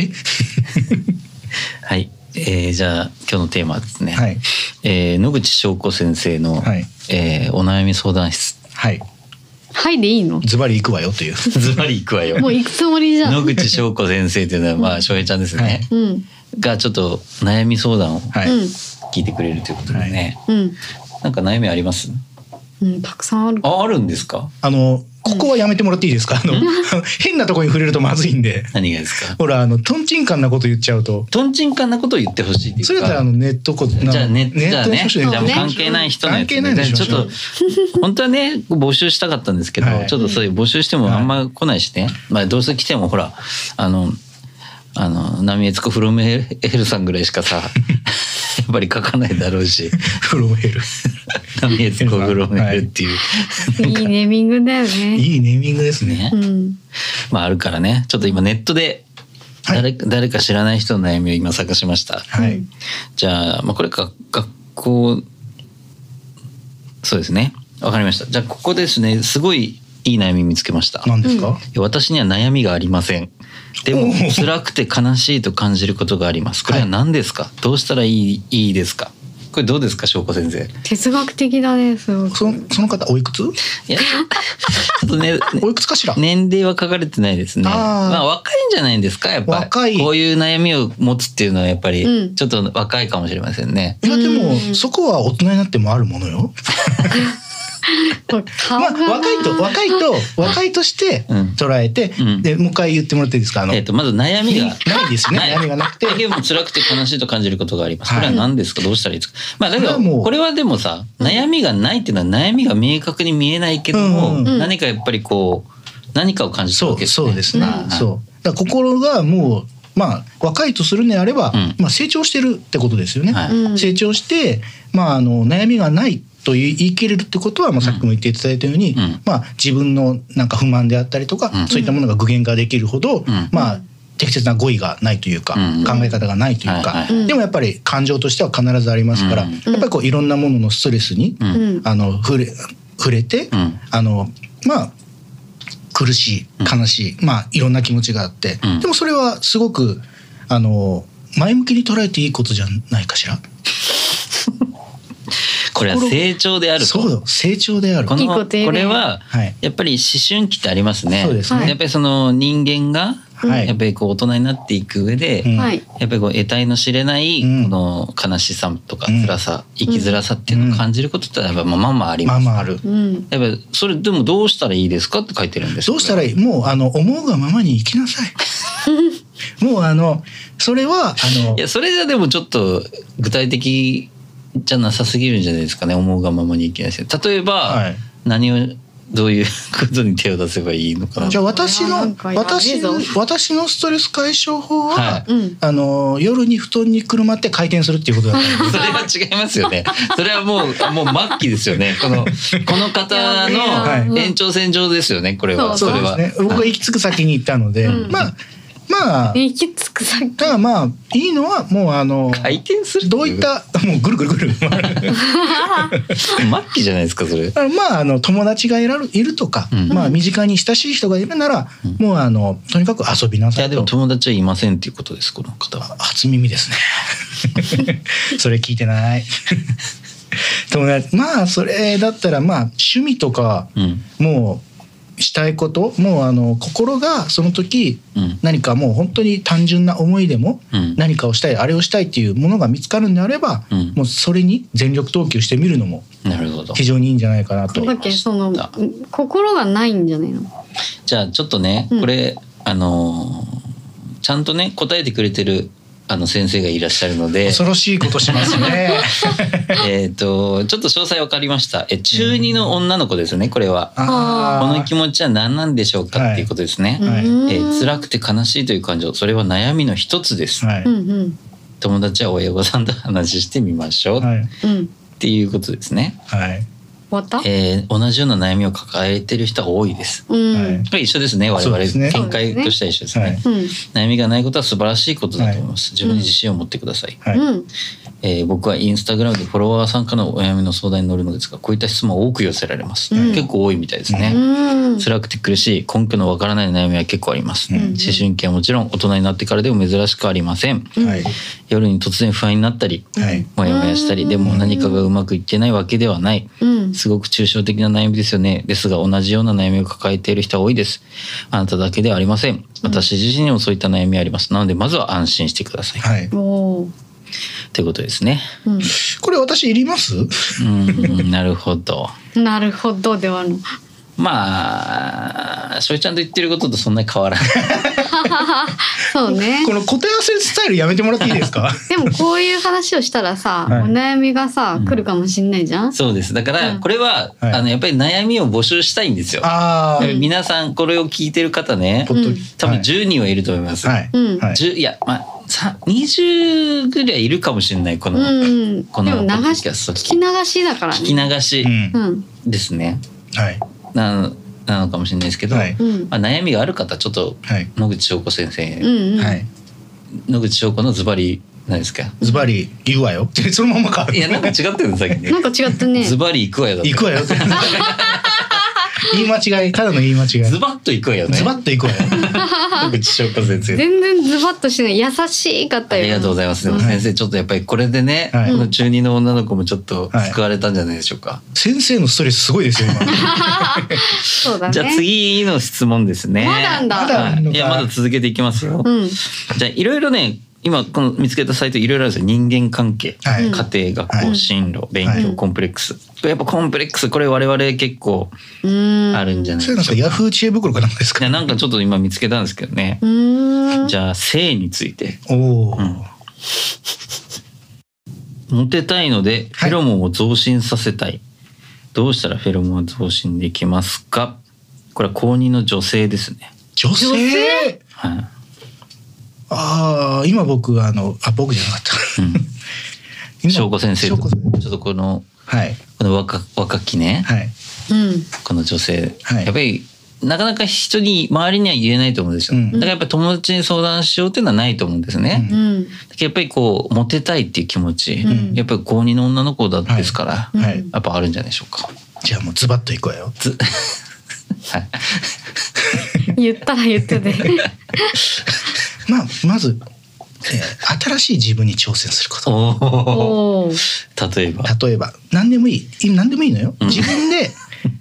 Speaker 4: はい、えー、じゃあ今日のテーマはですね、
Speaker 2: はい
Speaker 4: えー野口翔子先生の、
Speaker 2: はい
Speaker 4: えーお悩み相談室
Speaker 2: はい
Speaker 3: はいでいいの
Speaker 2: ズバリ行くわよという
Speaker 4: ズバリ行くわよ
Speaker 3: もう行くつもりじゃ
Speaker 4: 野
Speaker 3: ん
Speaker 4: 口翔子先生というのはまあ翔平ちゃんですね、
Speaker 2: はい
Speaker 3: うん
Speaker 4: がちょっと悩み相談を
Speaker 2: はい、
Speaker 3: うん
Speaker 4: 聞いてくれるということでね、
Speaker 3: うん
Speaker 4: なんか悩みあります
Speaker 3: うんたくさんある
Speaker 4: ああるんですか
Speaker 2: あのここはやめてもらっていいですかあの 変なとこに触れるとまずいんで
Speaker 4: 何がですか
Speaker 2: ほらあのトンチンカンなこと言っちゃうと
Speaker 4: とんちんかんなことを言ってほしいっていうか
Speaker 2: それだったらあのネットこじ
Speaker 4: じゃあね、
Speaker 2: ネ
Speaker 4: じ
Speaker 2: ッ
Speaker 4: ゃあ
Speaker 2: トの
Speaker 4: ね、
Speaker 2: 書種
Speaker 4: じゃ
Speaker 2: で
Speaker 4: あ
Speaker 3: ね
Speaker 4: 関係ない人のやつ、ね、
Speaker 2: 関係ないのにしま
Speaker 4: ち
Speaker 2: し
Speaker 4: ょ
Speaker 2: ょ
Speaker 4: っ
Speaker 2: う
Speaker 4: と、本当はね、募集したかったんですけど、
Speaker 2: はい
Speaker 4: ちょっとそういう募集しても
Speaker 2: はい
Speaker 4: あんま来ないしね、まあどうせ来てもほら、あの、あの、波江津子フロムヘルさんぐらいし かさ、やっぱり書かないだろうし、
Speaker 2: フロムヘル
Speaker 4: 波江津子フロムヘルっていう、
Speaker 3: いいネーミングだよね
Speaker 2: いいネーミングですね
Speaker 4: ね
Speaker 3: う、ん
Speaker 4: まああるからね、ちょっと今ネットで、
Speaker 2: はい
Speaker 4: 誰か誰か知らない人の悩みを今探しました。
Speaker 2: はい
Speaker 4: じゃあ、まあ、これか学校そうですねわかりましたじゃあここですねすごいいい悩み見つけました
Speaker 2: 何ですか、
Speaker 4: 私には悩みがありませんで
Speaker 2: お
Speaker 4: も
Speaker 2: お
Speaker 4: 辛くて悲しいと感じることがありますこれは何ですか、どうしたらいいいいですかこれどうですか翔子先生
Speaker 3: 哲学的だねすごく
Speaker 2: そのその方おいくつ
Speaker 4: いやちょっとねね
Speaker 2: おいくつかしら
Speaker 4: 年齢は書かれてないですね。
Speaker 2: あー
Speaker 4: まあ若いんじゃないですかやっぱり。
Speaker 2: 若い
Speaker 4: こういう悩みを持つっていうのはやっぱ
Speaker 3: う
Speaker 4: り
Speaker 3: ん
Speaker 4: ちょっと若いかもしれませんね。
Speaker 2: いやで
Speaker 3: う
Speaker 2: も
Speaker 3: ん
Speaker 2: そこは大人になってもあるものよ。
Speaker 3: 顔
Speaker 2: まあ
Speaker 3: がな
Speaker 2: 若いと若いと若いとして
Speaker 4: うん
Speaker 2: 捉えて、
Speaker 4: うん
Speaker 2: でもう一回言ってもらっていいですかあの、
Speaker 4: えっ、とまず悩みが
Speaker 2: ないですね
Speaker 4: ない
Speaker 2: 悩みがなくて
Speaker 4: でも辛くて悲しいと感じることがあります。こ
Speaker 2: はい
Speaker 4: れは何ですか、どうしたらいいですか。まあだけ
Speaker 2: それ
Speaker 4: ど
Speaker 2: はもう
Speaker 4: これはでもさ悩みがないっていうのは悩みが明確に見えないけども、
Speaker 2: うん
Speaker 3: うん
Speaker 4: 何かやっぱりこう何かを感じてる
Speaker 2: そ
Speaker 4: わけ
Speaker 2: うそうですね。
Speaker 4: うん
Speaker 2: そうだから心がもうまあ若いとするんであれば、
Speaker 4: うん
Speaker 2: まあ成長してるってことですよね。
Speaker 4: はい
Speaker 3: うん
Speaker 2: 成長してまああの悩みがないと言い切れるってことは、まあ、さっきも言っていただいたように、
Speaker 4: うん
Speaker 2: まあ、自分のなんか不満であったりとか、
Speaker 4: うん
Speaker 2: そういったものが具現化できるほど、
Speaker 4: ん
Speaker 2: まあ適切な語彙がないというか、
Speaker 4: うん
Speaker 2: 考え方がないというか、
Speaker 4: はいはい
Speaker 3: はい
Speaker 2: でもやっぱり感情としては必ずありますから、
Speaker 4: うん
Speaker 2: やっぱりこういろんなもののストレスに、
Speaker 4: うん
Speaker 3: うん
Speaker 2: あの触れ触れて、
Speaker 4: うん
Speaker 2: あのまあ苦しい悲しい、まあいろんな気持ちがあって、
Speaker 4: うん
Speaker 2: でもそれはすごくあの前向きに捉えていいことじゃないかしら。
Speaker 4: これは成長であると。
Speaker 2: そうよ成長である
Speaker 4: こ。
Speaker 3: いいこ
Speaker 4: の
Speaker 3: と言うね
Speaker 4: これは
Speaker 2: はい
Speaker 4: やっぱり思春期ってありますね。
Speaker 2: そうです
Speaker 3: ね
Speaker 4: やっぱりその人間が、
Speaker 2: はい
Speaker 4: やっぱりこう大人になっていく上で、
Speaker 2: うん
Speaker 3: はい
Speaker 4: やっぱりこう得体の知れないこ
Speaker 2: うん
Speaker 4: の悲しさとか
Speaker 2: うん
Speaker 4: 辛さ、生きづらさっていうのを感じることってやっぱまあまあまああり
Speaker 2: ま
Speaker 4: ま
Speaker 2: あ
Speaker 4: す。
Speaker 2: まあある。
Speaker 3: うん
Speaker 4: やっぱりそれでもどうしたらいいですかって書いてるんです。
Speaker 2: どうした
Speaker 4: ら
Speaker 2: らいいもうあの思うがままに生きなさ い。もうあのそれはあの
Speaker 4: いやそれじゃでもちょっと具体的じゃなさすぎるんじゃないですかね思うがままにいけないです例えば、
Speaker 2: はい
Speaker 4: 何をどういうことに手を出せばいいのかな。
Speaker 2: じゃあ私
Speaker 3: これはな
Speaker 2: の
Speaker 3: んかやべえ
Speaker 2: 私
Speaker 3: ぞ
Speaker 2: の私のストレス解消法は、
Speaker 4: はい
Speaker 3: うん
Speaker 2: あの夜に布団にくるまって回転するっていうことだったんで
Speaker 4: それは違いますよね。それはもう、もう末期ですよね。この、この方
Speaker 3: やべ
Speaker 2: えな
Speaker 4: の延長線上ですよね、これは。
Speaker 3: そ
Speaker 4: そうれ
Speaker 2: そう
Speaker 4: は。
Speaker 2: ですね。僕が行き着く先に行ったので、
Speaker 3: うん
Speaker 2: まあまあ
Speaker 3: 行き着く先
Speaker 2: ただまあいいのはもうあの
Speaker 4: 回転する
Speaker 2: どういったもうぐるぐるぐる回 る
Speaker 4: 末期じゃないですかそれ
Speaker 2: あのまああの友達がいらるいるとか、
Speaker 4: うん
Speaker 2: まあ身近に親しい人がいるなら、もうあのとにかく遊びないさ
Speaker 4: や
Speaker 2: い
Speaker 4: でも
Speaker 2: と。
Speaker 4: 友達はいませんっていうことですこの方は
Speaker 2: 初耳です ね。それ聞いてない。 友達まあそれだったらまあ趣味とか
Speaker 4: うん
Speaker 2: もうしたいこともうあの心がその時
Speaker 4: うん
Speaker 2: 何かもう本当に単純な思いでも
Speaker 4: うん
Speaker 2: 何かをしたいあれをしたいっていうものが見つかるんであれば、
Speaker 4: うん
Speaker 2: もうそれに全力投球してみるのも
Speaker 4: なるほど
Speaker 2: 非常にいいんじゃないかなと。
Speaker 3: だっけそのうん心がないんじゃないの
Speaker 4: じゃあちょっとね
Speaker 3: うん
Speaker 4: これ、あのーちゃんとね答えてくれてるあの先生がいらっしゃるので
Speaker 2: 恐ろしいことします ね。
Speaker 4: えっとちょっと詳細分かりましたえ中二の女の子ですねこれは
Speaker 3: あ
Speaker 4: こ
Speaker 2: ー
Speaker 4: の気持ちは何なんでしょうかっていうことですね、
Speaker 2: はい
Speaker 4: えー辛
Speaker 3: く
Speaker 4: くて悲しいという感情それは悩みの一つです、
Speaker 2: は
Speaker 3: う
Speaker 2: い
Speaker 3: んうん
Speaker 4: 友達や親御さんと話してみましょうっ
Speaker 2: はい
Speaker 3: うん
Speaker 4: ていうことですね、
Speaker 2: はい
Speaker 3: 終わった
Speaker 4: えー同じような悩みを抱えてる人は多いです
Speaker 3: うん
Speaker 2: は
Speaker 3: うん
Speaker 2: い
Speaker 4: これ一緒ですね我
Speaker 2: そ
Speaker 4: 々
Speaker 2: うですね
Speaker 4: 見解としては一緒ですね
Speaker 2: はい
Speaker 4: 悩みがないことは素晴らしいことだと思います、自分に自信を持ってください、
Speaker 2: はい。
Speaker 3: うん
Speaker 4: えー僕はインスタグラムでフォロワーさんからのお悩みの相談に乗るのですがこういった質問を多く寄せられます、
Speaker 3: うん
Speaker 4: 結構多いみたいですね、
Speaker 3: うん
Speaker 4: 辛くて苦しい根拠のわからない悩みは結構あります、
Speaker 2: うん
Speaker 4: 思春期はもちろん大人になってからでも珍しくありません
Speaker 3: うん
Speaker 2: はい
Speaker 4: 夜に突然不安になったり
Speaker 2: はい
Speaker 4: モヤモヤしたり
Speaker 3: うん
Speaker 4: でも何かがうまくいってないわけではない
Speaker 3: うん
Speaker 4: すごく抽象的な悩みですよねですが同じような悩みを抱えている人は多いですあなただけではありません私自身にもそういった悩みはありますなのでまずは安心してください
Speaker 2: はい。
Speaker 3: おー
Speaker 4: ということですね
Speaker 3: う
Speaker 2: これ私いります？
Speaker 4: うんなるほど
Speaker 3: んなるほどではの
Speaker 4: まあしょいちゃんと言ってることとそんなに変わらない
Speaker 3: そうね
Speaker 2: この答え合わせスタイルやめてもらっていいです か？
Speaker 3: でもこういう話をしたらさ、
Speaker 2: はい
Speaker 3: お悩みがさ来るかもしんないじゃん、
Speaker 4: そうです。だから、
Speaker 3: うん
Speaker 4: これは、
Speaker 2: はい
Speaker 4: あの、やっぱり悩みを募集したいんですよ。
Speaker 2: ああ
Speaker 4: で皆さん、これを聞いてる方ね、
Speaker 3: ん
Speaker 4: 多分
Speaker 2: 十
Speaker 4: 10人はいると思います。
Speaker 2: はい
Speaker 3: うん
Speaker 2: はい
Speaker 4: 10いや、まあ、さ20ぐらいいるかもしれない、この、
Speaker 3: うん、で
Speaker 4: こ
Speaker 3: も流
Speaker 4: の
Speaker 3: し
Speaker 4: ポッドキャスト
Speaker 3: 聞き流しだから
Speaker 4: 聞き
Speaker 3: ね
Speaker 4: 流し
Speaker 2: うん
Speaker 3: うん
Speaker 4: ですね。
Speaker 2: はい
Speaker 4: なのなのかもしれないですけど、
Speaker 2: はい
Speaker 3: うん
Speaker 4: まあ、悩みがある方、ちょっと、
Speaker 2: はい
Speaker 4: 野口翔子先生、
Speaker 3: うんうん、
Speaker 2: はい。
Speaker 4: 野口翔子のズバリ、何ですか
Speaker 2: ズバリ言うわ よ。でそのままか
Speaker 4: い。や、なんか違ってるんです、さっきね
Speaker 3: な。んか違った ね
Speaker 4: ズバリ行くわよだって
Speaker 2: 行くわよ。言い間違い。ただの言い間違い。
Speaker 4: ズ
Speaker 2: ズ
Speaker 4: バッと行くわよね。
Speaker 2: バッと行くわよ。
Speaker 4: 野口翔子先生。
Speaker 3: 全然ズバッとしてない優しかった
Speaker 4: あ
Speaker 3: よ
Speaker 4: りがとうございます。でも
Speaker 2: はい
Speaker 4: 先生、ちょっとやっぱりこれでね、
Speaker 2: はい
Speaker 4: この中二の女の子もちょっと救われたんじゃないでしょうか。
Speaker 2: 先生のストレスすごいですよ今。
Speaker 3: そうだね
Speaker 4: じゃあ次の質問ですね。
Speaker 3: まだあんだ
Speaker 2: まだあ
Speaker 4: は
Speaker 2: ん
Speaker 4: い
Speaker 2: の
Speaker 4: い
Speaker 2: か
Speaker 4: や、まだ続けていきますよ。
Speaker 3: うん
Speaker 4: じゃあいろいろね、今この見つけたサイトいろいろあるんですよ。人間関係、
Speaker 2: はい
Speaker 4: 家庭、学
Speaker 2: は
Speaker 4: 校、
Speaker 2: い
Speaker 4: 進路、勉強、
Speaker 3: はい
Speaker 4: コンプレックス。これやっぱコンプレックス、これ我々結構
Speaker 3: うん
Speaker 4: あるんじゃない
Speaker 2: それな
Speaker 4: で
Speaker 2: ん
Speaker 4: しょ
Speaker 2: か
Speaker 4: うか。
Speaker 2: ヤフー知恵袋かなんかです
Speaker 4: いや
Speaker 2: か。
Speaker 4: なんかちょっと今見つけたんですけどね。
Speaker 3: うん
Speaker 4: じゃあ性について。
Speaker 2: おお。
Speaker 4: んモテたいのでフ
Speaker 2: はい
Speaker 4: ェロモンを増進させたい、どうしたらフェロモンを増進できますかこれは公認の女性ですね、
Speaker 2: 女
Speaker 3: 女性
Speaker 2: 性。
Speaker 4: はい
Speaker 2: ああ今僕あのあ僕じゃなかった。
Speaker 4: うん、
Speaker 2: 今
Speaker 4: 翔子先生
Speaker 2: 翔
Speaker 4: と
Speaker 2: 子
Speaker 4: ち
Speaker 2: 先
Speaker 4: ょっとこの
Speaker 2: 生はい
Speaker 4: この若若きね、
Speaker 2: はい
Speaker 3: うん
Speaker 4: この女性、
Speaker 2: はい
Speaker 4: やっぱりなかなか人に周りには言えないと思うんですよ、
Speaker 2: うん
Speaker 4: だからやっぱり友達に相談しようっていうのはないと思うんですね、
Speaker 3: う
Speaker 4: だ
Speaker 3: ん
Speaker 4: けどやっぱりこうモテたいっていう気持ち、
Speaker 3: ん
Speaker 4: やっぱり公認の女の子だですから、
Speaker 3: うん
Speaker 2: はい
Speaker 4: やっぱあるんじゃないでしょうか、
Speaker 2: じゃあもうズバッと行こうよ。
Speaker 4: はい
Speaker 3: 言ったら言ってで
Speaker 2: まあまず、えー新しい自分に挑戦すること。
Speaker 4: お お
Speaker 3: おお
Speaker 4: 例えば
Speaker 2: 例えば何でもいいい何でもいいのよ。
Speaker 4: うん
Speaker 2: 自分で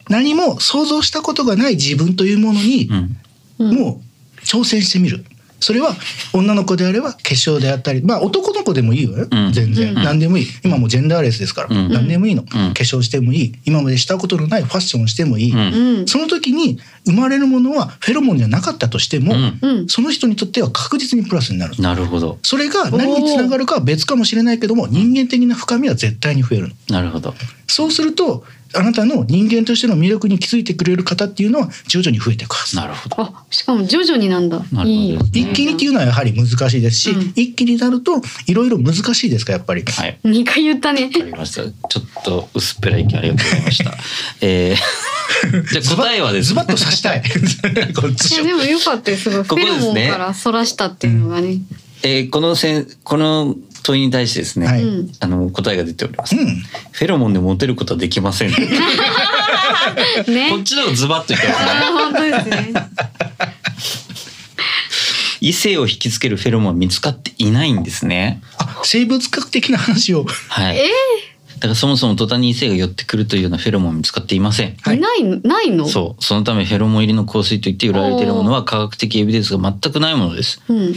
Speaker 2: 何も想像したことがない自分というものに
Speaker 4: う、ん
Speaker 3: うん
Speaker 2: もう挑戦してみる。それは女の子であれば化粧であったり、まあ男の子でもいいわよ。
Speaker 4: うん
Speaker 2: 全然、
Speaker 3: うん
Speaker 2: 何でもいい。今もうジェンダーレスですから、
Speaker 4: うん
Speaker 2: 何でもいいの、化
Speaker 4: ん
Speaker 2: 粧してもいい。今までしたことのないファッションをしてもいい。
Speaker 4: うん
Speaker 3: うん
Speaker 2: その時に生まれるものはフェロモンじゃなかったとしても、
Speaker 4: うん
Speaker 3: うん
Speaker 2: その人にとっては確実にプラスになる。
Speaker 4: なるほど
Speaker 2: それが何につながるかは別かもしれないけども人間的な深みは絶対に増えるの
Speaker 4: なるほど
Speaker 2: そうするとあなたの人間としての魅力に気づいてくれる方っていうのは徐々に増えていくはず
Speaker 4: なるほど
Speaker 3: あしかも徐々になんだ
Speaker 4: ほど
Speaker 3: いいよ
Speaker 2: 一気にっていうのはやはり難しいですし、
Speaker 3: うん
Speaker 2: 一気になるといろいろ難しいですからやっぱり、
Speaker 4: はいわ
Speaker 3: 二回言ったね
Speaker 4: かりましたちょっと薄っぺらい意見ありがとうございましたえー じゃあ答えはです
Speaker 2: ズ
Speaker 4: ね
Speaker 2: バッと刺したい こっ
Speaker 3: い
Speaker 2: ち
Speaker 3: やでもよかったですごいフ
Speaker 4: ここ
Speaker 3: ェ
Speaker 4: ですね
Speaker 3: ロモンからそらしたっていうのがね
Speaker 4: えーこのせんこの問いに対してですね、
Speaker 2: は
Speaker 3: う
Speaker 2: い
Speaker 3: ん
Speaker 4: あの答えが出ております、
Speaker 2: うん
Speaker 4: フェロモンでモテることはできま せんこっ
Speaker 3: ね
Speaker 4: ちの方がズバッと言ってますね
Speaker 3: あー本当で すね
Speaker 4: 異性を引きつけるフェロモンは見つかっていないんですね
Speaker 2: あ生物学的な話を
Speaker 4: はい
Speaker 3: え
Speaker 4: だからそもそも途端に異性が寄ってくるというようなフェロモンは見つかっていません
Speaker 2: はい
Speaker 3: ないのないの
Speaker 4: そうそのためフェロモン入りの香水といって売られているものは科学的エビデンスが全くないものです
Speaker 3: う、ん、
Speaker 2: うん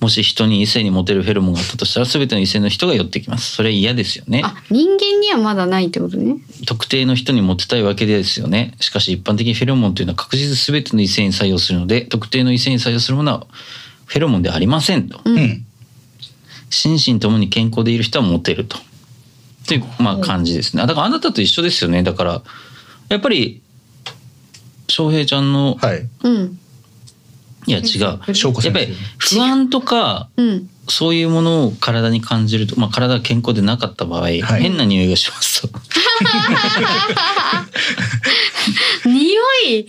Speaker 4: もし人に異性にモテるフェロモンがあったとしたら全ての異性の人が寄ってきますそれは嫌ですよね
Speaker 3: あ人間にはまだないってことね
Speaker 4: 特定の人にモテたいわけですよねしかし一般的にフェロモンというのは確実に全ての異性に作用するので特定の異性に作用するものはフェロモンではありませんと
Speaker 3: う、
Speaker 2: うんん
Speaker 4: 心身ともに健康でいる人はモテると。という、まあ、感じですね。あだからあなたと一緒ですよね。だから、やっぱり、翔平ちゃんの、
Speaker 2: はい
Speaker 3: うん
Speaker 4: い、や違う。やっ
Speaker 2: 翔子
Speaker 4: ぱ
Speaker 2: 先生
Speaker 4: り不安とか、
Speaker 3: うん
Speaker 4: そういうものを体に感じると、まあ、体が健康でなかった場合、変な匂いがしますと。
Speaker 3: 匂い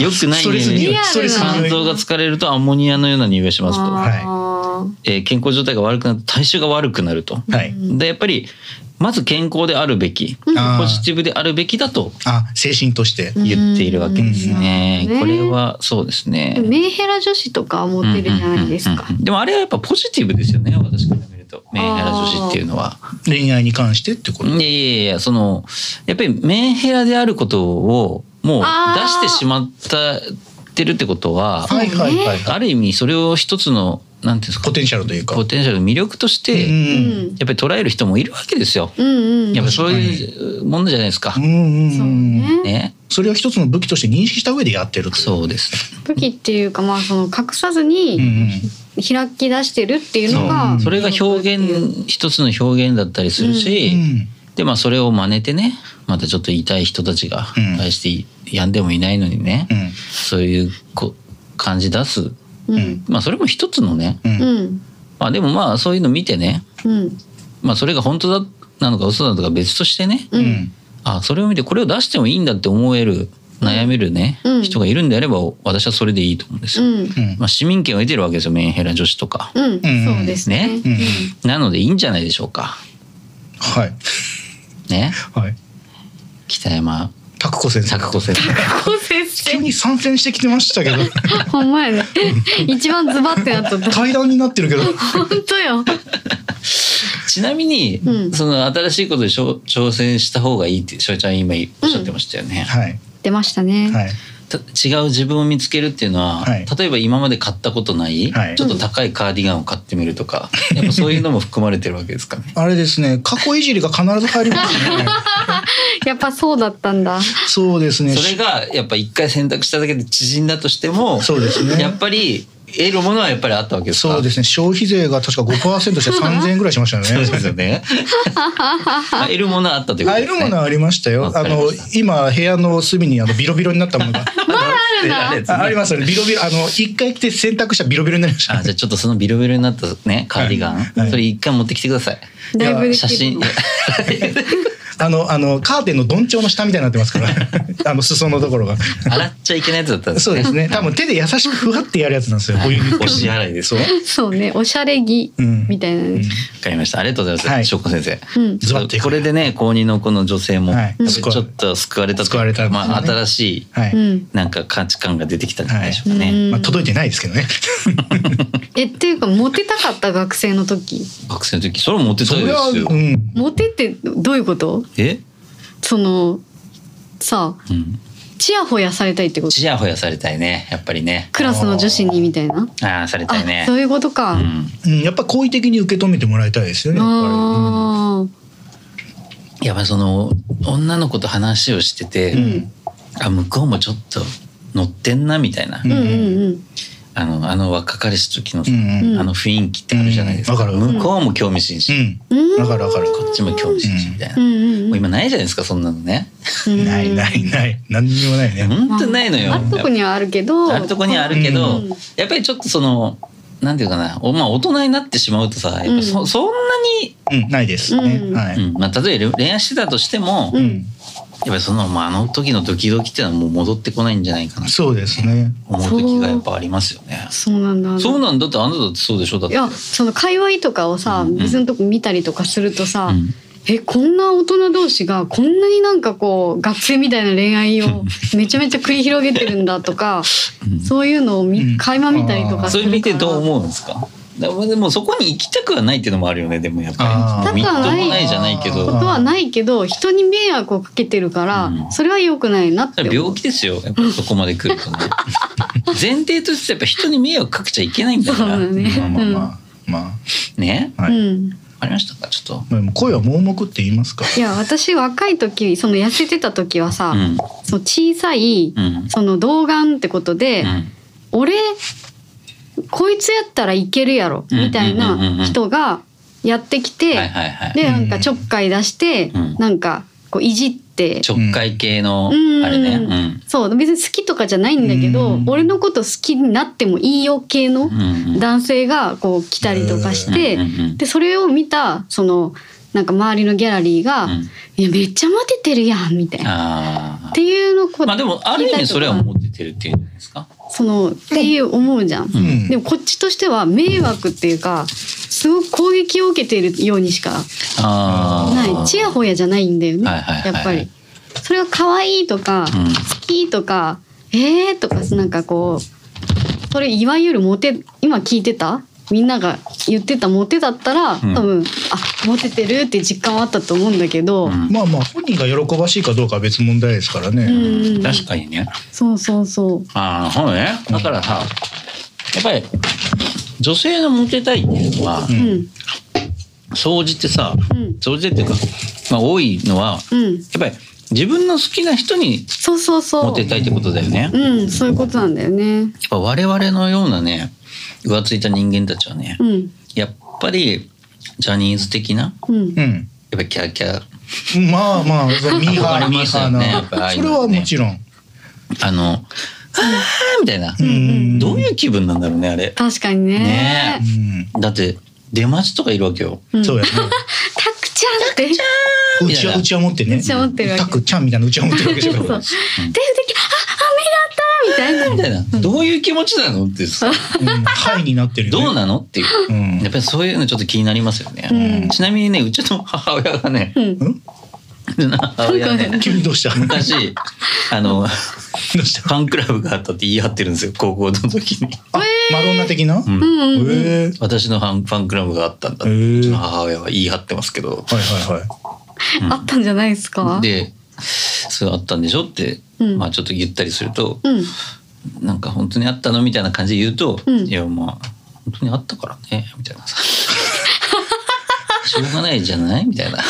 Speaker 4: 良くない
Speaker 2: スト
Speaker 4: 匂
Speaker 2: レス匂
Speaker 4: い
Speaker 3: リアル
Speaker 2: い
Speaker 3: な
Speaker 2: ストレス
Speaker 4: 肝
Speaker 2: 匂
Speaker 4: 臓
Speaker 2: い
Speaker 4: が疲れるとアンモニアのような匂いがしますと。
Speaker 3: あ
Speaker 4: えー健康状態が悪くなると体臭が悪くなると。
Speaker 2: はい、
Speaker 4: で、やっぱり、まず健康であるべき、ポ
Speaker 2: あー
Speaker 4: ジティブであるべきだと
Speaker 2: あ精神として
Speaker 3: ー
Speaker 4: 言っているわけですね。
Speaker 3: うん
Speaker 4: これはそうですね
Speaker 3: で。もメンヘラ女子とかはモテるじゃないです
Speaker 4: うん
Speaker 3: か
Speaker 4: うんうんうんでもあれはやっぱポジティブですよね。私から見るとメンヘラ女子っていうのは。
Speaker 2: 恋愛に関してってこと
Speaker 4: いやいやいやそのやっぱりメンヘラであることをもう出
Speaker 3: あー
Speaker 4: してしまったってるってことは
Speaker 3: うね
Speaker 2: はいはいはいはい
Speaker 4: ある意味それを一つのなんていうんですか
Speaker 2: ポテンシャルというか
Speaker 4: ポテンシャルの魅力とし
Speaker 2: う
Speaker 4: て
Speaker 3: うんん
Speaker 4: やっぱり捉える人もいるわけですよ。
Speaker 3: うんうん
Speaker 4: やっぱりそういうものじゃないですか
Speaker 2: う。んうん
Speaker 3: そう
Speaker 2: うん
Speaker 3: ね
Speaker 4: ね、
Speaker 2: それを一つの武器として認識した上でやってるという
Speaker 4: そうです。
Speaker 3: 武器っていうかまあその隠さず
Speaker 2: うんう
Speaker 3: に
Speaker 2: ん
Speaker 3: 開き出してるっていう
Speaker 4: そ
Speaker 3: の
Speaker 4: う
Speaker 3: が
Speaker 4: それが表現一つの表現だったりするし、
Speaker 2: うん
Speaker 4: でまあそれを真似てねまたちょっと痛い人たちが
Speaker 2: うん
Speaker 4: 対してやんでもいないのにね、
Speaker 2: うん
Speaker 4: そういうこ感じ出す
Speaker 3: うん
Speaker 4: まあそれも一つのね、
Speaker 2: うん
Speaker 3: うん
Speaker 4: まあ、でもまあそういうの見てね、
Speaker 3: うん
Speaker 4: まあ、それが本当だなのか嘘なのか別としてね
Speaker 3: う
Speaker 2: うんん
Speaker 4: あそれを見てこれを出してもいいんだって思える悩めるね、
Speaker 3: うん
Speaker 4: 人がいるんであれば私はそれでいいと思うんです
Speaker 3: う
Speaker 4: よ。
Speaker 3: ん
Speaker 2: うん
Speaker 4: まあ、市民権を得てるわけですよメンヘラ女子とか。
Speaker 3: うんそうですね
Speaker 4: ね
Speaker 2: うん
Speaker 4: なのでいいんじゃないでしょうか。
Speaker 2: はい
Speaker 4: ね
Speaker 2: はい
Speaker 4: 北山
Speaker 2: 拓子先生
Speaker 4: 作子先生。
Speaker 3: 高先
Speaker 2: 急に参戦してきてましたけど
Speaker 3: 生ほんまやね 一番ズバってなっとった
Speaker 2: 対談になってるけど
Speaker 3: 本当よ
Speaker 4: ちなみに、
Speaker 3: うん
Speaker 4: その新しいことに挑挑戦した方がいいって翔ちゃん今おっしゃってましたよね、
Speaker 2: はい
Speaker 3: 出ましたね
Speaker 2: はい
Speaker 4: た違う自分を見つけるっていうのは、
Speaker 2: はい
Speaker 4: 例えば今まで買ったことない、
Speaker 2: はい
Speaker 4: ちょっと高いカーディガンを買ってみるとか、 やっぱそういうのも含まれてるわけですかね
Speaker 2: あれですね過去いじりが必ず入ります ね
Speaker 3: やっぱそうだったんだ
Speaker 2: そうですね
Speaker 4: それがやっぱ一回選択しただけで縮んだとしても
Speaker 2: そうですね
Speaker 4: やっぱり得るものはやっぱりあったわけですか
Speaker 2: そうですね消費税が確か5%して3000円ぐらいしましたよ
Speaker 4: そう
Speaker 2: ね
Speaker 4: ですよね あ得るものはあったということ
Speaker 2: あ
Speaker 4: で
Speaker 2: い
Speaker 4: す
Speaker 2: る
Speaker 4: ね
Speaker 2: ものはありましたよ
Speaker 4: わ。か
Speaker 2: あ
Speaker 4: りま
Speaker 2: の
Speaker 4: した
Speaker 2: 今部屋の隅にあのビロビロになったものが
Speaker 4: ま だあるん
Speaker 2: あありますよね。ビロビロあの一回来て洗濯したらビロビロになりました
Speaker 4: あ。じゃあちょっとそのビロビロになったねカーディガン、
Speaker 2: はい
Speaker 4: それ一回持ってきてください
Speaker 3: だいぶできる
Speaker 4: 写真
Speaker 2: あのあのカーテンのどんちょうの下みたいになってますから。あの裾のところが。
Speaker 4: 洗っちゃいけないやつだったんです
Speaker 2: そうですね。多分手で優しくふわってやるやつなんですよ。お湯に。
Speaker 4: お支払いです
Speaker 2: そう。
Speaker 3: そうねおしゃれ着
Speaker 2: うん
Speaker 3: みたいなね
Speaker 4: わかりましたありがとうございま
Speaker 2: は
Speaker 4: す
Speaker 2: い
Speaker 4: 翔子、先生
Speaker 3: うん
Speaker 2: ズバッといく
Speaker 4: これでね公認のこの女性も、
Speaker 2: はい
Speaker 4: やっぱりちょっと救われたという
Speaker 2: 救
Speaker 4: か
Speaker 2: われたんですね
Speaker 4: まあ、新しい
Speaker 2: は
Speaker 3: う
Speaker 2: い。
Speaker 3: ん
Speaker 4: なんか価値観が出てきたんじゃないでしょうかね、
Speaker 3: うん
Speaker 2: まあ届いてないですけどね。
Speaker 3: えっていうかモテたかった学生の時
Speaker 4: 学生の時それも持ってた
Speaker 2: そ
Speaker 4: いで
Speaker 2: れは
Speaker 4: すよ、
Speaker 2: うん。
Speaker 3: モテってどういうこと
Speaker 4: え、
Speaker 3: そのさ
Speaker 4: うん、
Speaker 3: チヤホヤされたいってこと
Speaker 4: ちやほやされたいねやっぱりね
Speaker 3: クラスの女子にみたいな
Speaker 4: ああされたいね
Speaker 3: あそういうことか、
Speaker 4: うん、
Speaker 2: うんやっぱ好意的に受け止めてもらいたいですよね。やっぱ
Speaker 3: あ
Speaker 4: やっぱりその女の子と話をしてて、
Speaker 2: り
Speaker 3: ん
Speaker 4: あ向こうもちょっと乗ってんなみたいな、
Speaker 3: あ、
Speaker 2: う
Speaker 3: うん
Speaker 2: ん
Speaker 3: うんうん
Speaker 4: あのあの若かりし時の、
Speaker 2: うんうん
Speaker 4: あの雰囲気ってあるじゃないですか,、
Speaker 2: うんわかる
Speaker 4: 向こうも興味津
Speaker 2: う
Speaker 4: 々、
Speaker 2: ん。
Speaker 3: う
Speaker 2: うん。
Speaker 3: ん
Speaker 2: わかるわかる。
Speaker 4: こっちも興味津々みたいな、
Speaker 3: うんうん
Speaker 4: も
Speaker 3: う
Speaker 4: うん今ないじゃないですかそんなのね
Speaker 3: うん
Speaker 2: ないないない。何にもないね。
Speaker 4: 本当ないのよ、
Speaker 3: あるとこにはあるけど
Speaker 4: あるとこにはあるけど、
Speaker 3: うん
Speaker 4: やっぱりちょっとそのなんていうかなお、まあ、大人になってしまうとさやっぱそ,、
Speaker 3: うん
Speaker 4: そんなに、
Speaker 2: うん。ないですね。
Speaker 3: うん
Speaker 2: はい。
Speaker 4: うんまあ、例えば恋愛してたとしても、
Speaker 3: う
Speaker 2: うんん。
Speaker 4: やっぱりその、まあ、あの時のドキドキっていうのはもう戻ってこないんじゃないかな
Speaker 2: そうですね
Speaker 4: 思う時がやっぱありますよね。
Speaker 3: そうなんだ
Speaker 4: そうなんだってあなただってそうでしょだっ
Speaker 3: い
Speaker 4: て。
Speaker 3: やその界隈とかをさ、
Speaker 4: うんうん
Speaker 3: 別のとこ見たりとかするとさ、
Speaker 4: うん
Speaker 3: えこんな大人同士がこんなになんかこう学生みたいな恋 愛をめちゃめちゃ繰り広げてるんだとか、
Speaker 4: うん
Speaker 3: そういうのをみ
Speaker 2: うん
Speaker 3: 垣間見たりとか
Speaker 4: そ
Speaker 3: する
Speaker 4: れ
Speaker 3: から
Speaker 4: 見てどう思うんですかだからでもそこに行きたくはないっていうのもあるよねでもやっぱ
Speaker 2: あ
Speaker 4: り
Speaker 2: ー
Speaker 4: みっともないじゃないけ
Speaker 3: こ
Speaker 4: ど
Speaker 3: とはないけど人に迷惑をかけてるから、
Speaker 4: うん
Speaker 3: それは良くないなって思う
Speaker 4: 病気ですよやっぱそこまで来ると ね前提としてやっぱ人に迷惑かけちゃいけないんだ
Speaker 3: そ
Speaker 4: か
Speaker 3: う
Speaker 4: ら
Speaker 3: だね
Speaker 2: まあまあまあ、まあ
Speaker 4: ね
Speaker 2: は
Speaker 3: う
Speaker 2: い
Speaker 3: ん、
Speaker 4: わかりましたかちょっ
Speaker 2: まあ、でも恋は盲目って言いますか
Speaker 3: いや私若い時その痩せてた時はさ、
Speaker 4: とうん
Speaker 3: その小さい、
Speaker 4: うん
Speaker 3: その童顔ってことで、
Speaker 4: うん
Speaker 3: 俺こいつやったらいけるやろ
Speaker 4: うん
Speaker 3: みたいな人がやってきて、
Speaker 4: はいはいはい
Speaker 3: でなんかちょっかい出して、
Speaker 4: うん
Speaker 3: なんかこういじって、
Speaker 4: 直会系の
Speaker 3: うん
Speaker 4: あれね
Speaker 3: うそう別に好きとかじゃないんだけど、
Speaker 2: うん
Speaker 3: 俺のこと好きになってもいいよ系の
Speaker 4: うんうん
Speaker 3: 男性がこう来たりとかして、
Speaker 4: うんうんうん
Speaker 3: でそれを見たそのなんか周りのギャラリーが「
Speaker 4: うん
Speaker 3: いやめっちゃモテてるやん」みたいな。
Speaker 4: あー
Speaker 3: っていうのこ
Speaker 4: まあでもある意味それはモテてるっていうんじゃないですか。
Speaker 3: そのっていう思うじゃん
Speaker 4: う。
Speaker 2: ん
Speaker 3: でもこっちとしては迷惑っていうかすごく攻撃を受けているようにしか
Speaker 4: ああ。
Speaker 3: ないちやほやじゃないんだよね、
Speaker 4: はいはいはい
Speaker 3: やっぱりそれが可愛いとか、
Speaker 4: うん
Speaker 3: 好きとかえーとかなんかこうそれいわゆるモテ今聞いてたみんなが言ってたモテだったら、
Speaker 4: ん
Speaker 3: 多分あモテてるって実感はあったと思うんだけど、
Speaker 4: うん
Speaker 2: まあまあ本人が喜ばしいかどうかは別問題ですからね、
Speaker 3: うんうん
Speaker 4: 確かにね。
Speaker 3: そうそうそう
Speaker 4: ああ、そうね。だからさ、やっぱり女性のモテたいっていうのは
Speaker 2: う、ん
Speaker 3: うん
Speaker 4: 総じてさ、
Speaker 3: うん
Speaker 4: 総じてっていうか、まあ多いのは、
Speaker 3: うん
Speaker 4: やっぱり自分の好きな人に
Speaker 3: そうそうそ
Speaker 4: モ
Speaker 3: う
Speaker 4: テたいってことだよね。やっ
Speaker 3: うんそういうことなんだよね
Speaker 4: ぱ我々のようなね、浮ついた人間たちはね、
Speaker 3: うん
Speaker 4: やっぱりジャニーズ的な、
Speaker 3: うん
Speaker 2: うん
Speaker 4: やっぱりキャーキャー、
Speaker 2: まあま あミーハーミーハー
Speaker 4: やっぱあ
Speaker 2: な
Speaker 4: あい
Speaker 2: そうれ
Speaker 4: の
Speaker 2: は
Speaker 4: はね
Speaker 2: もちろん、
Speaker 4: あの、あーみたいな
Speaker 2: う。ん
Speaker 4: どういう気分なんだろうね、あれ。
Speaker 3: 確かにね
Speaker 4: ねだって、出待ちとかいるわけよ。
Speaker 3: う
Speaker 2: うんん、そうやね
Speaker 3: タクちゃんって。
Speaker 2: う
Speaker 4: みたい
Speaker 2: ち
Speaker 4: な
Speaker 2: はうちは持ってね
Speaker 3: うちわ持ってるわけ
Speaker 2: タクちゃんみたいなうちは持ってるわけじゃ
Speaker 3: そう
Speaker 2: ない
Speaker 3: そう。で、で、あ、雨だったみ
Speaker 4: み
Speaker 3: たいな。
Speaker 4: たいな。どういう気持ちなのってさ、
Speaker 2: うんハイになってるよ、ね、
Speaker 4: どうなのっていう。
Speaker 2: うん
Speaker 4: やっぱりそういうのちょっと気になりますよね。
Speaker 3: うん
Speaker 4: ちなみにね、うちの母親がね、
Speaker 3: うん。
Speaker 4: う ちの母親がね、
Speaker 2: 急にどうしたど
Speaker 4: 昔、あの、フ
Speaker 2: うした
Speaker 4: ァンクラブがあったって言い張ってるんですよ、高校の時に。
Speaker 2: あ、マドンナ的な、
Speaker 4: ん
Speaker 3: うん
Speaker 2: え
Speaker 3: うんう
Speaker 2: え
Speaker 3: ん。
Speaker 4: 私のファンファンクラブがあったんだって、
Speaker 2: へー
Speaker 4: うちの母親は言い張ってますけど。
Speaker 2: はいはいはい
Speaker 3: あったんじゃないですか。
Speaker 4: で、そうあったんでしょって、
Speaker 3: うん
Speaker 4: まあちょっと言ったりすると、
Speaker 3: うん。
Speaker 4: なんか本当にあったのみたいな感じで言うと、
Speaker 3: うん
Speaker 4: いやまあ本当にあったからねみたいなさ しょうがないじゃないみたいな。い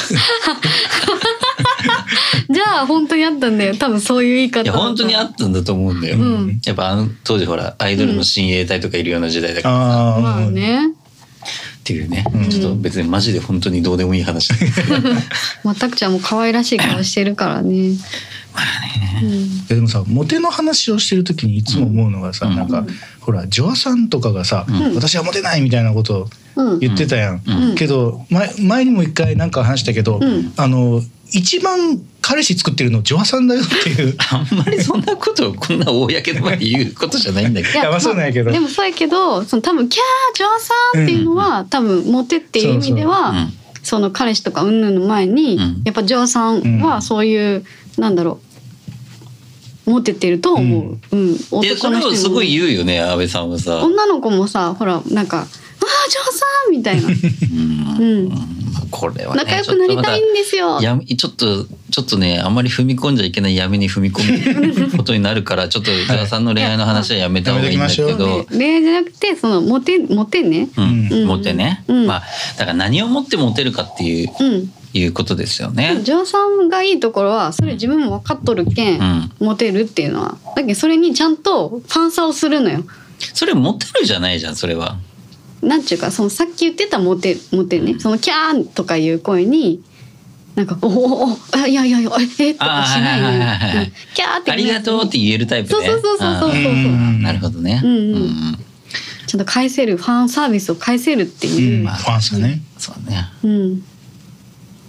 Speaker 3: じゃあ本当にあったんだよ。多分そういう言い方。
Speaker 4: や本当にあったんだと思うんだよ。
Speaker 3: うん
Speaker 4: やっぱあの当時ほらアイドルの親衛隊とかいるような時代だから
Speaker 2: あー
Speaker 3: まあね。
Speaker 4: っていうね、ちょっと別にマジで本当にどうでもいい話だけど
Speaker 3: まあ、タクちゃんも可愛らしい顔してるからね。
Speaker 2: いやでもさモテの話をしてる時にいつも思うのがさ、
Speaker 4: うん
Speaker 2: なんか、ほらジョアさんとかがさ、
Speaker 3: ん
Speaker 2: 私はモテないみたいなこと
Speaker 3: うん。うん。
Speaker 2: 言ってたやん、
Speaker 3: ん
Speaker 2: けど前前にも一回なんか話したけど、
Speaker 3: うん
Speaker 2: あの一番彼氏作ってるのジョアさんだよっていう
Speaker 4: あんまりそんなことをこんな公の場で言うことじゃないんだけど
Speaker 2: いやまあそうなんやけど
Speaker 3: でもそうやけど、その多分キャージョアさんっていうのは、多分モテっていう意味では、
Speaker 4: そうそう
Speaker 3: その彼氏とか云々の前に、
Speaker 4: うん
Speaker 3: やっぱジョアさんはそういう、なんだろうモテてると思う。うん、
Speaker 4: でそ
Speaker 3: 男の
Speaker 4: れ
Speaker 3: 人
Speaker 4: を
Speaker 3: にも
Speaker 4: すごい言うよね安倍さんはさ。
Speaker 3: 女の子もさ、ほらなんか。ああジョアさんみたい な、
Speaker 4: うん
Speaker 3: うん、
Speaker 4: これはね
Speaker 3: 仲良くなりたいんですよ。
Speaker 4: やみちょっとちょっとねあんまり踏み込んじゃいけない闇に踏み込むことになるからちょっと宇田さんの恋愛の話はやめた方がいいんだけ
Speaker 2: やめとき
Speaker 4: ど。
Speaker 3: 恋愛じゃなくてそのモテモテね。
Speaker 4: うん
Speaker 3: うん
Speaker 4: モテね、
Speaker 3: うん
Speaker 4: まあだから何をもってモテるかっていう
Speaker 3: うん。
Speaker 4: いうことですよね。
Speaker 3: ジョアさんがいいところはそれ自分も分かっとるけん、
Speaker 4: うん
Speaker 3: モテるっていうのはだけどそれにちゃんとファンサをするのよ
Speaker 4: それモテるじゃないじゃんそれは。
Speaker 3: なんちゅうかそのさっき言ってたモテモテねそのキャーンとかいう声になんか「おおおあいやいやいやええとかしないのよ
Speaker 4: あーはいはいはいはい
Speaker 3: うんキャーって
Speaker 4: ありがとうって言えるタイプ
Speaker 3: そう
Speaker 4: ね。
Speaker 3: そうそうそうそ
Speaker 4: あ
Speaker 3: うそう
Speaker 2: う
Speaker 4: ー
Speaker 2: ん
Speaker 4: なるほどね。
Speaker 3: うんうん
Speaker 4: ん
Speaker 3: ちゃんと返せるファンサービスを返せるって
Speaker 2: う
Speaker 3: い
Speaker 2: ん
Speaker 3: う、
Speaker 2: ファンさね
Speaker 4: そうね。
Speaker 3: うん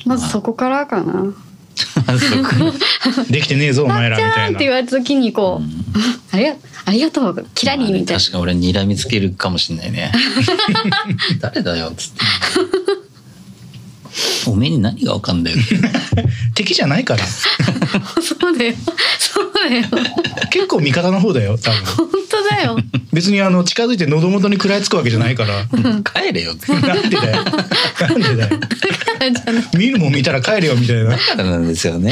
Speaker 3: まずそこからかな、
Speaker 4: そこ
Speaker 2: できてねえぞお
Speaker 3: た
Speaker 2: 前
Speaker 3: っ
Speaker 2: ら
Speaker 3: ち
Speaker 2: み
Speaker 3: ゃ
Speaker 2: た
Speaker 3: ん
Speaker 2: い
Speaker 3: って言
Speaker 2: な
Speaker 3: われた時にこう、あれありがとうキラリみたいな
Speaker 4: 確か俺睨みつけるかもしんないね誰だよっつっておめえに何がわかんだよ
Speaker 2: 敵じゃないから
Speaker 3: そうだよそうだよ
Speaker 2: 結構味方の方だよ多分
Speaker 3: 本当だよ
Speaker 2: 別にあの近づいて喉元に食らいつくわけじゃないから
Speaker 4: 帰れよって
Speaker 2: なんでだよなんでだよ
Speaker 3: じゃない
Speaker 2: 見るもん見たら帰れよみたいな
Speaker 4: だからなんですよね。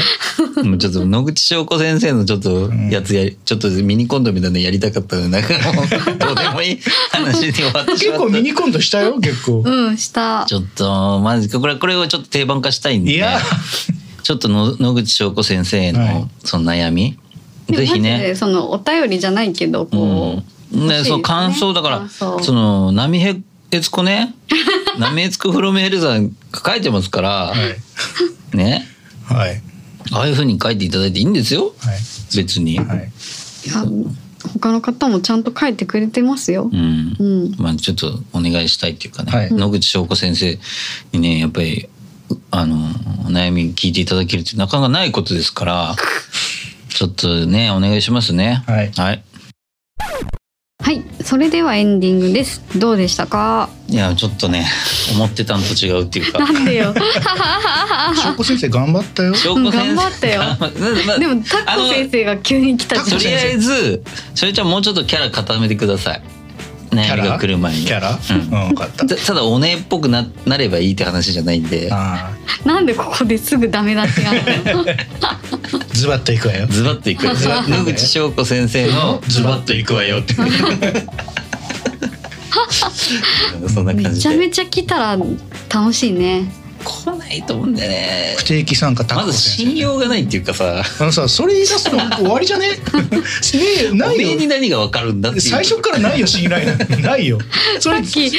Speaker 4: もうちょっと野口翔子先生のちょっとやつやり、ちょっとミニコントみたいなのやりたかったのになんかもうどうでもいい話に終わってし
Speaker 2: 結
Speaker 4: まった。
Speaker 2: 構ミニコントしたよ結構
Speaker 3: うんした
Speaker 4: ちょっとマジかこれこれをちょっと定番化したいんで、
Speaker 2: いや
Speaker 4: ちょっとの野口翔子先生
Speaker 2: はい
Speaker 4: のその悩み、
Speaker 3: でも
Speaker 4: ぜひ
Speaker 3: マジ
Speaker 4: ね
Speaker 3: で。そのお便りじゃないけどこう、
Speaker 4: うん、
Speaker 3: 欲しいです
Speaker 4: ね
Speaker 3: ね
Speaker 4: その感想だから
Speaker 3: 感想
Speaker 4: その波へえつこね 波へつこフロムヘルザー書いてますから、
Speaker 2: はい
Speaker 4: ね
Speaker 2: はい
Speaker 4: ああいうふうに書いていただいていいんですよ
Speaker 2: はい
Speaker 4: 別に。
Speaker 2: はい
Speaker 3: いや他の方もちゃんと書いてくれてますよ
Speaker 4: う。ん
Speaker 3: うん。
Speaker 4: まあ、ちょっとお願いしたいっていうかね、
Speaker 2: はい
Speaker 4: 野口翔子先生にねやっぱりうあのお悩み聞いていただけるってなかなかないことですからちょっとねお願いしますね
Speaker 2: はい
Speaker 4: はい、
Speaker 3: はい、それではエンディングです。どうでしたか。
Speaker 4: いやちょっとね思ってたんと違うっていう か
Speaker 3: なんでよ。
Speaker 2: 翔子先生頑張ったよ
Speaker 4: 翔子
Speaker 3: うん頑
Speaker 4: 先生
Speaker 3: 張ったよ
Speaker 4: 頑張 まあ
Speaker 3: でもタッコ先生が急に来た
Speaker 4: あの
Speaker 3: じ
Speaker 4: と
Speaker 3: ゃん。
Speaker 4: りあえずそれじゃあもうちょっとキャラ固めてください
Speaker 2: キャ
Speaker 4: 悩みが
Speaker 2: ラ
Speaker 4: 来る前に
Speaker 2: キャラ
Speaker 4: うん
Speaker 2: うん分かった
Speaker 4: たただお姉っぽくななればいいって話じゃないんで
Speaker 2: あ
Speaker 3: なんでこ こですぐダメだってなるの。
Speaker 2: ーズバッといくわよ
Speaker 4: ズバッといくよ
Speaker 2: ズバッとね
Speaker 4: 野口翔子先生の「ズバッといくわよ」って そんな感
Speaker 3: め
Speaker 4: じ
Speaker 3: ちゃ
Speaker 4: で
Speaker 3: めちゃ来たら楽しいね。
Speaker 4: 来ないと思うんだよね
Speaker 2: 不定期参加タ
Speaker 4: ま
Speaker 2: コ
Speaker 4: ず
Speaker 2: 先
Speaker 4: 信
Speaker 2: 生
Speaker 4: 用がないっていうかさ
Speaker 2: あのさそれ言い出すの終わりじゃねねえ
Speaker 4: お
Speaker 2: ない
Speaker 4: めえ
Speaker 2: よ
Speaker 4: に何がわかるんだっていう
Speaker 2: 最初からないよ信頼なんてないよそ
Speaker 3: さ
Speaker 2: れ
Speaker 3: っき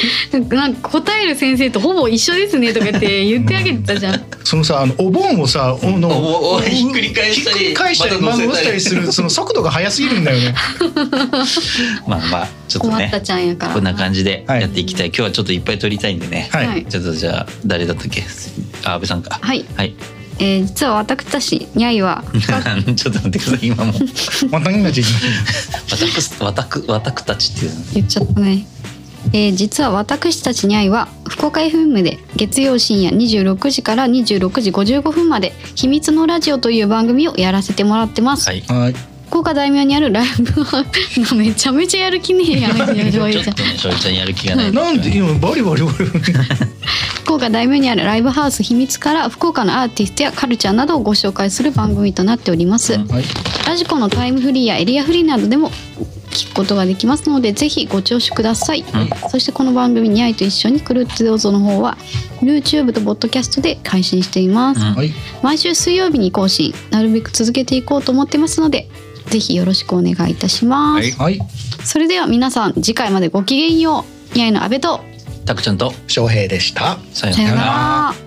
Speaker 3: なんか答える先生とほぼ一緒ですねとか言って言ってあげて たじゃん。
Speaker 2: そのさあのお盆をさおの
Speaker 4: おおひっくり返したり
Speaker 2: ひっくり返したり
Speaker 4: ま
Speaker 2: ま
Speaker 4: た
Speaker 2: た
Speaker 4: 乗せたり
Speaker 2: 乗せたりするその速度が速すぎるんだよね
Speaker 4: まあまあちょっと
Speaker 3: 困っ
Speaker 4: ね
Speaker 3: たちゃんやから。
Speaker 4: こんな感じで
Speaker 2: はい
Speaker 4: やっていきたい今日はちょっといっぱい撮りたいんでね
Speaker 2: はい、
Speaker 3: はい
Speaker 4: ちょっとじゃあ誰だったっけあ安部さんか
Speaker 3: はい
Speaker 4: はい
Speaker 3: えー実は私たちにゃいは
Speaker 4: ちょっと待ってください今も
Speaker 2: また今ち
Speaker 4: 私私私たちっていうの
Speaker 3: 言っちゃったね。えー実は私たちにゃいは福岡 FM で月曜深夜26時から26時55分まで「秘密のラジオ」という番組をやらせてもらってます、
Speaker 4: はい
Speaker 2: はい
Speaker 3: 福岡大名にあるライブハウスめちゃめちゃやる気ねえやん
Speaker 4: ちょっ
Speaker 3: 上位じゃん
Speaker 4: とねしょうゆちゃんやる気がない
Speaker 2: なんで今バリバリバリバリ
Speaker 3: 福岡大名にあるライブハウス秘密から福岡のアーティストやカルチャーなどをご紹介する番組となっております、
Speaker 2: はい
Speaker 3: ラジコのタイムフリーやエリアフリーなどでも聞くことができますのでぜひご聴取ください、そしてこの番組「にゃいと一緒にくるってどうぞ」の方は YouTube と Podcast で配信しています、
Speaker 4: うん
Speaker 2: はい
Speaker 3: 毎週水曜日に更新なるべく続けていこうと思ってますのでぜひよろしくお願いいたします、
Speaker 4: はい
Speaker 2: はい
Speaker 3: それでは皆さん次回までごきげんようにゃいの阿部と
Speaker 4: たくちゃんと
Speaker 2: 翔平でした
Speaker 4: さよう
Speaker 3: さ
Speaker 4: な
Speaker 3: よう
Speaker 4: ら
Speaker 3: なら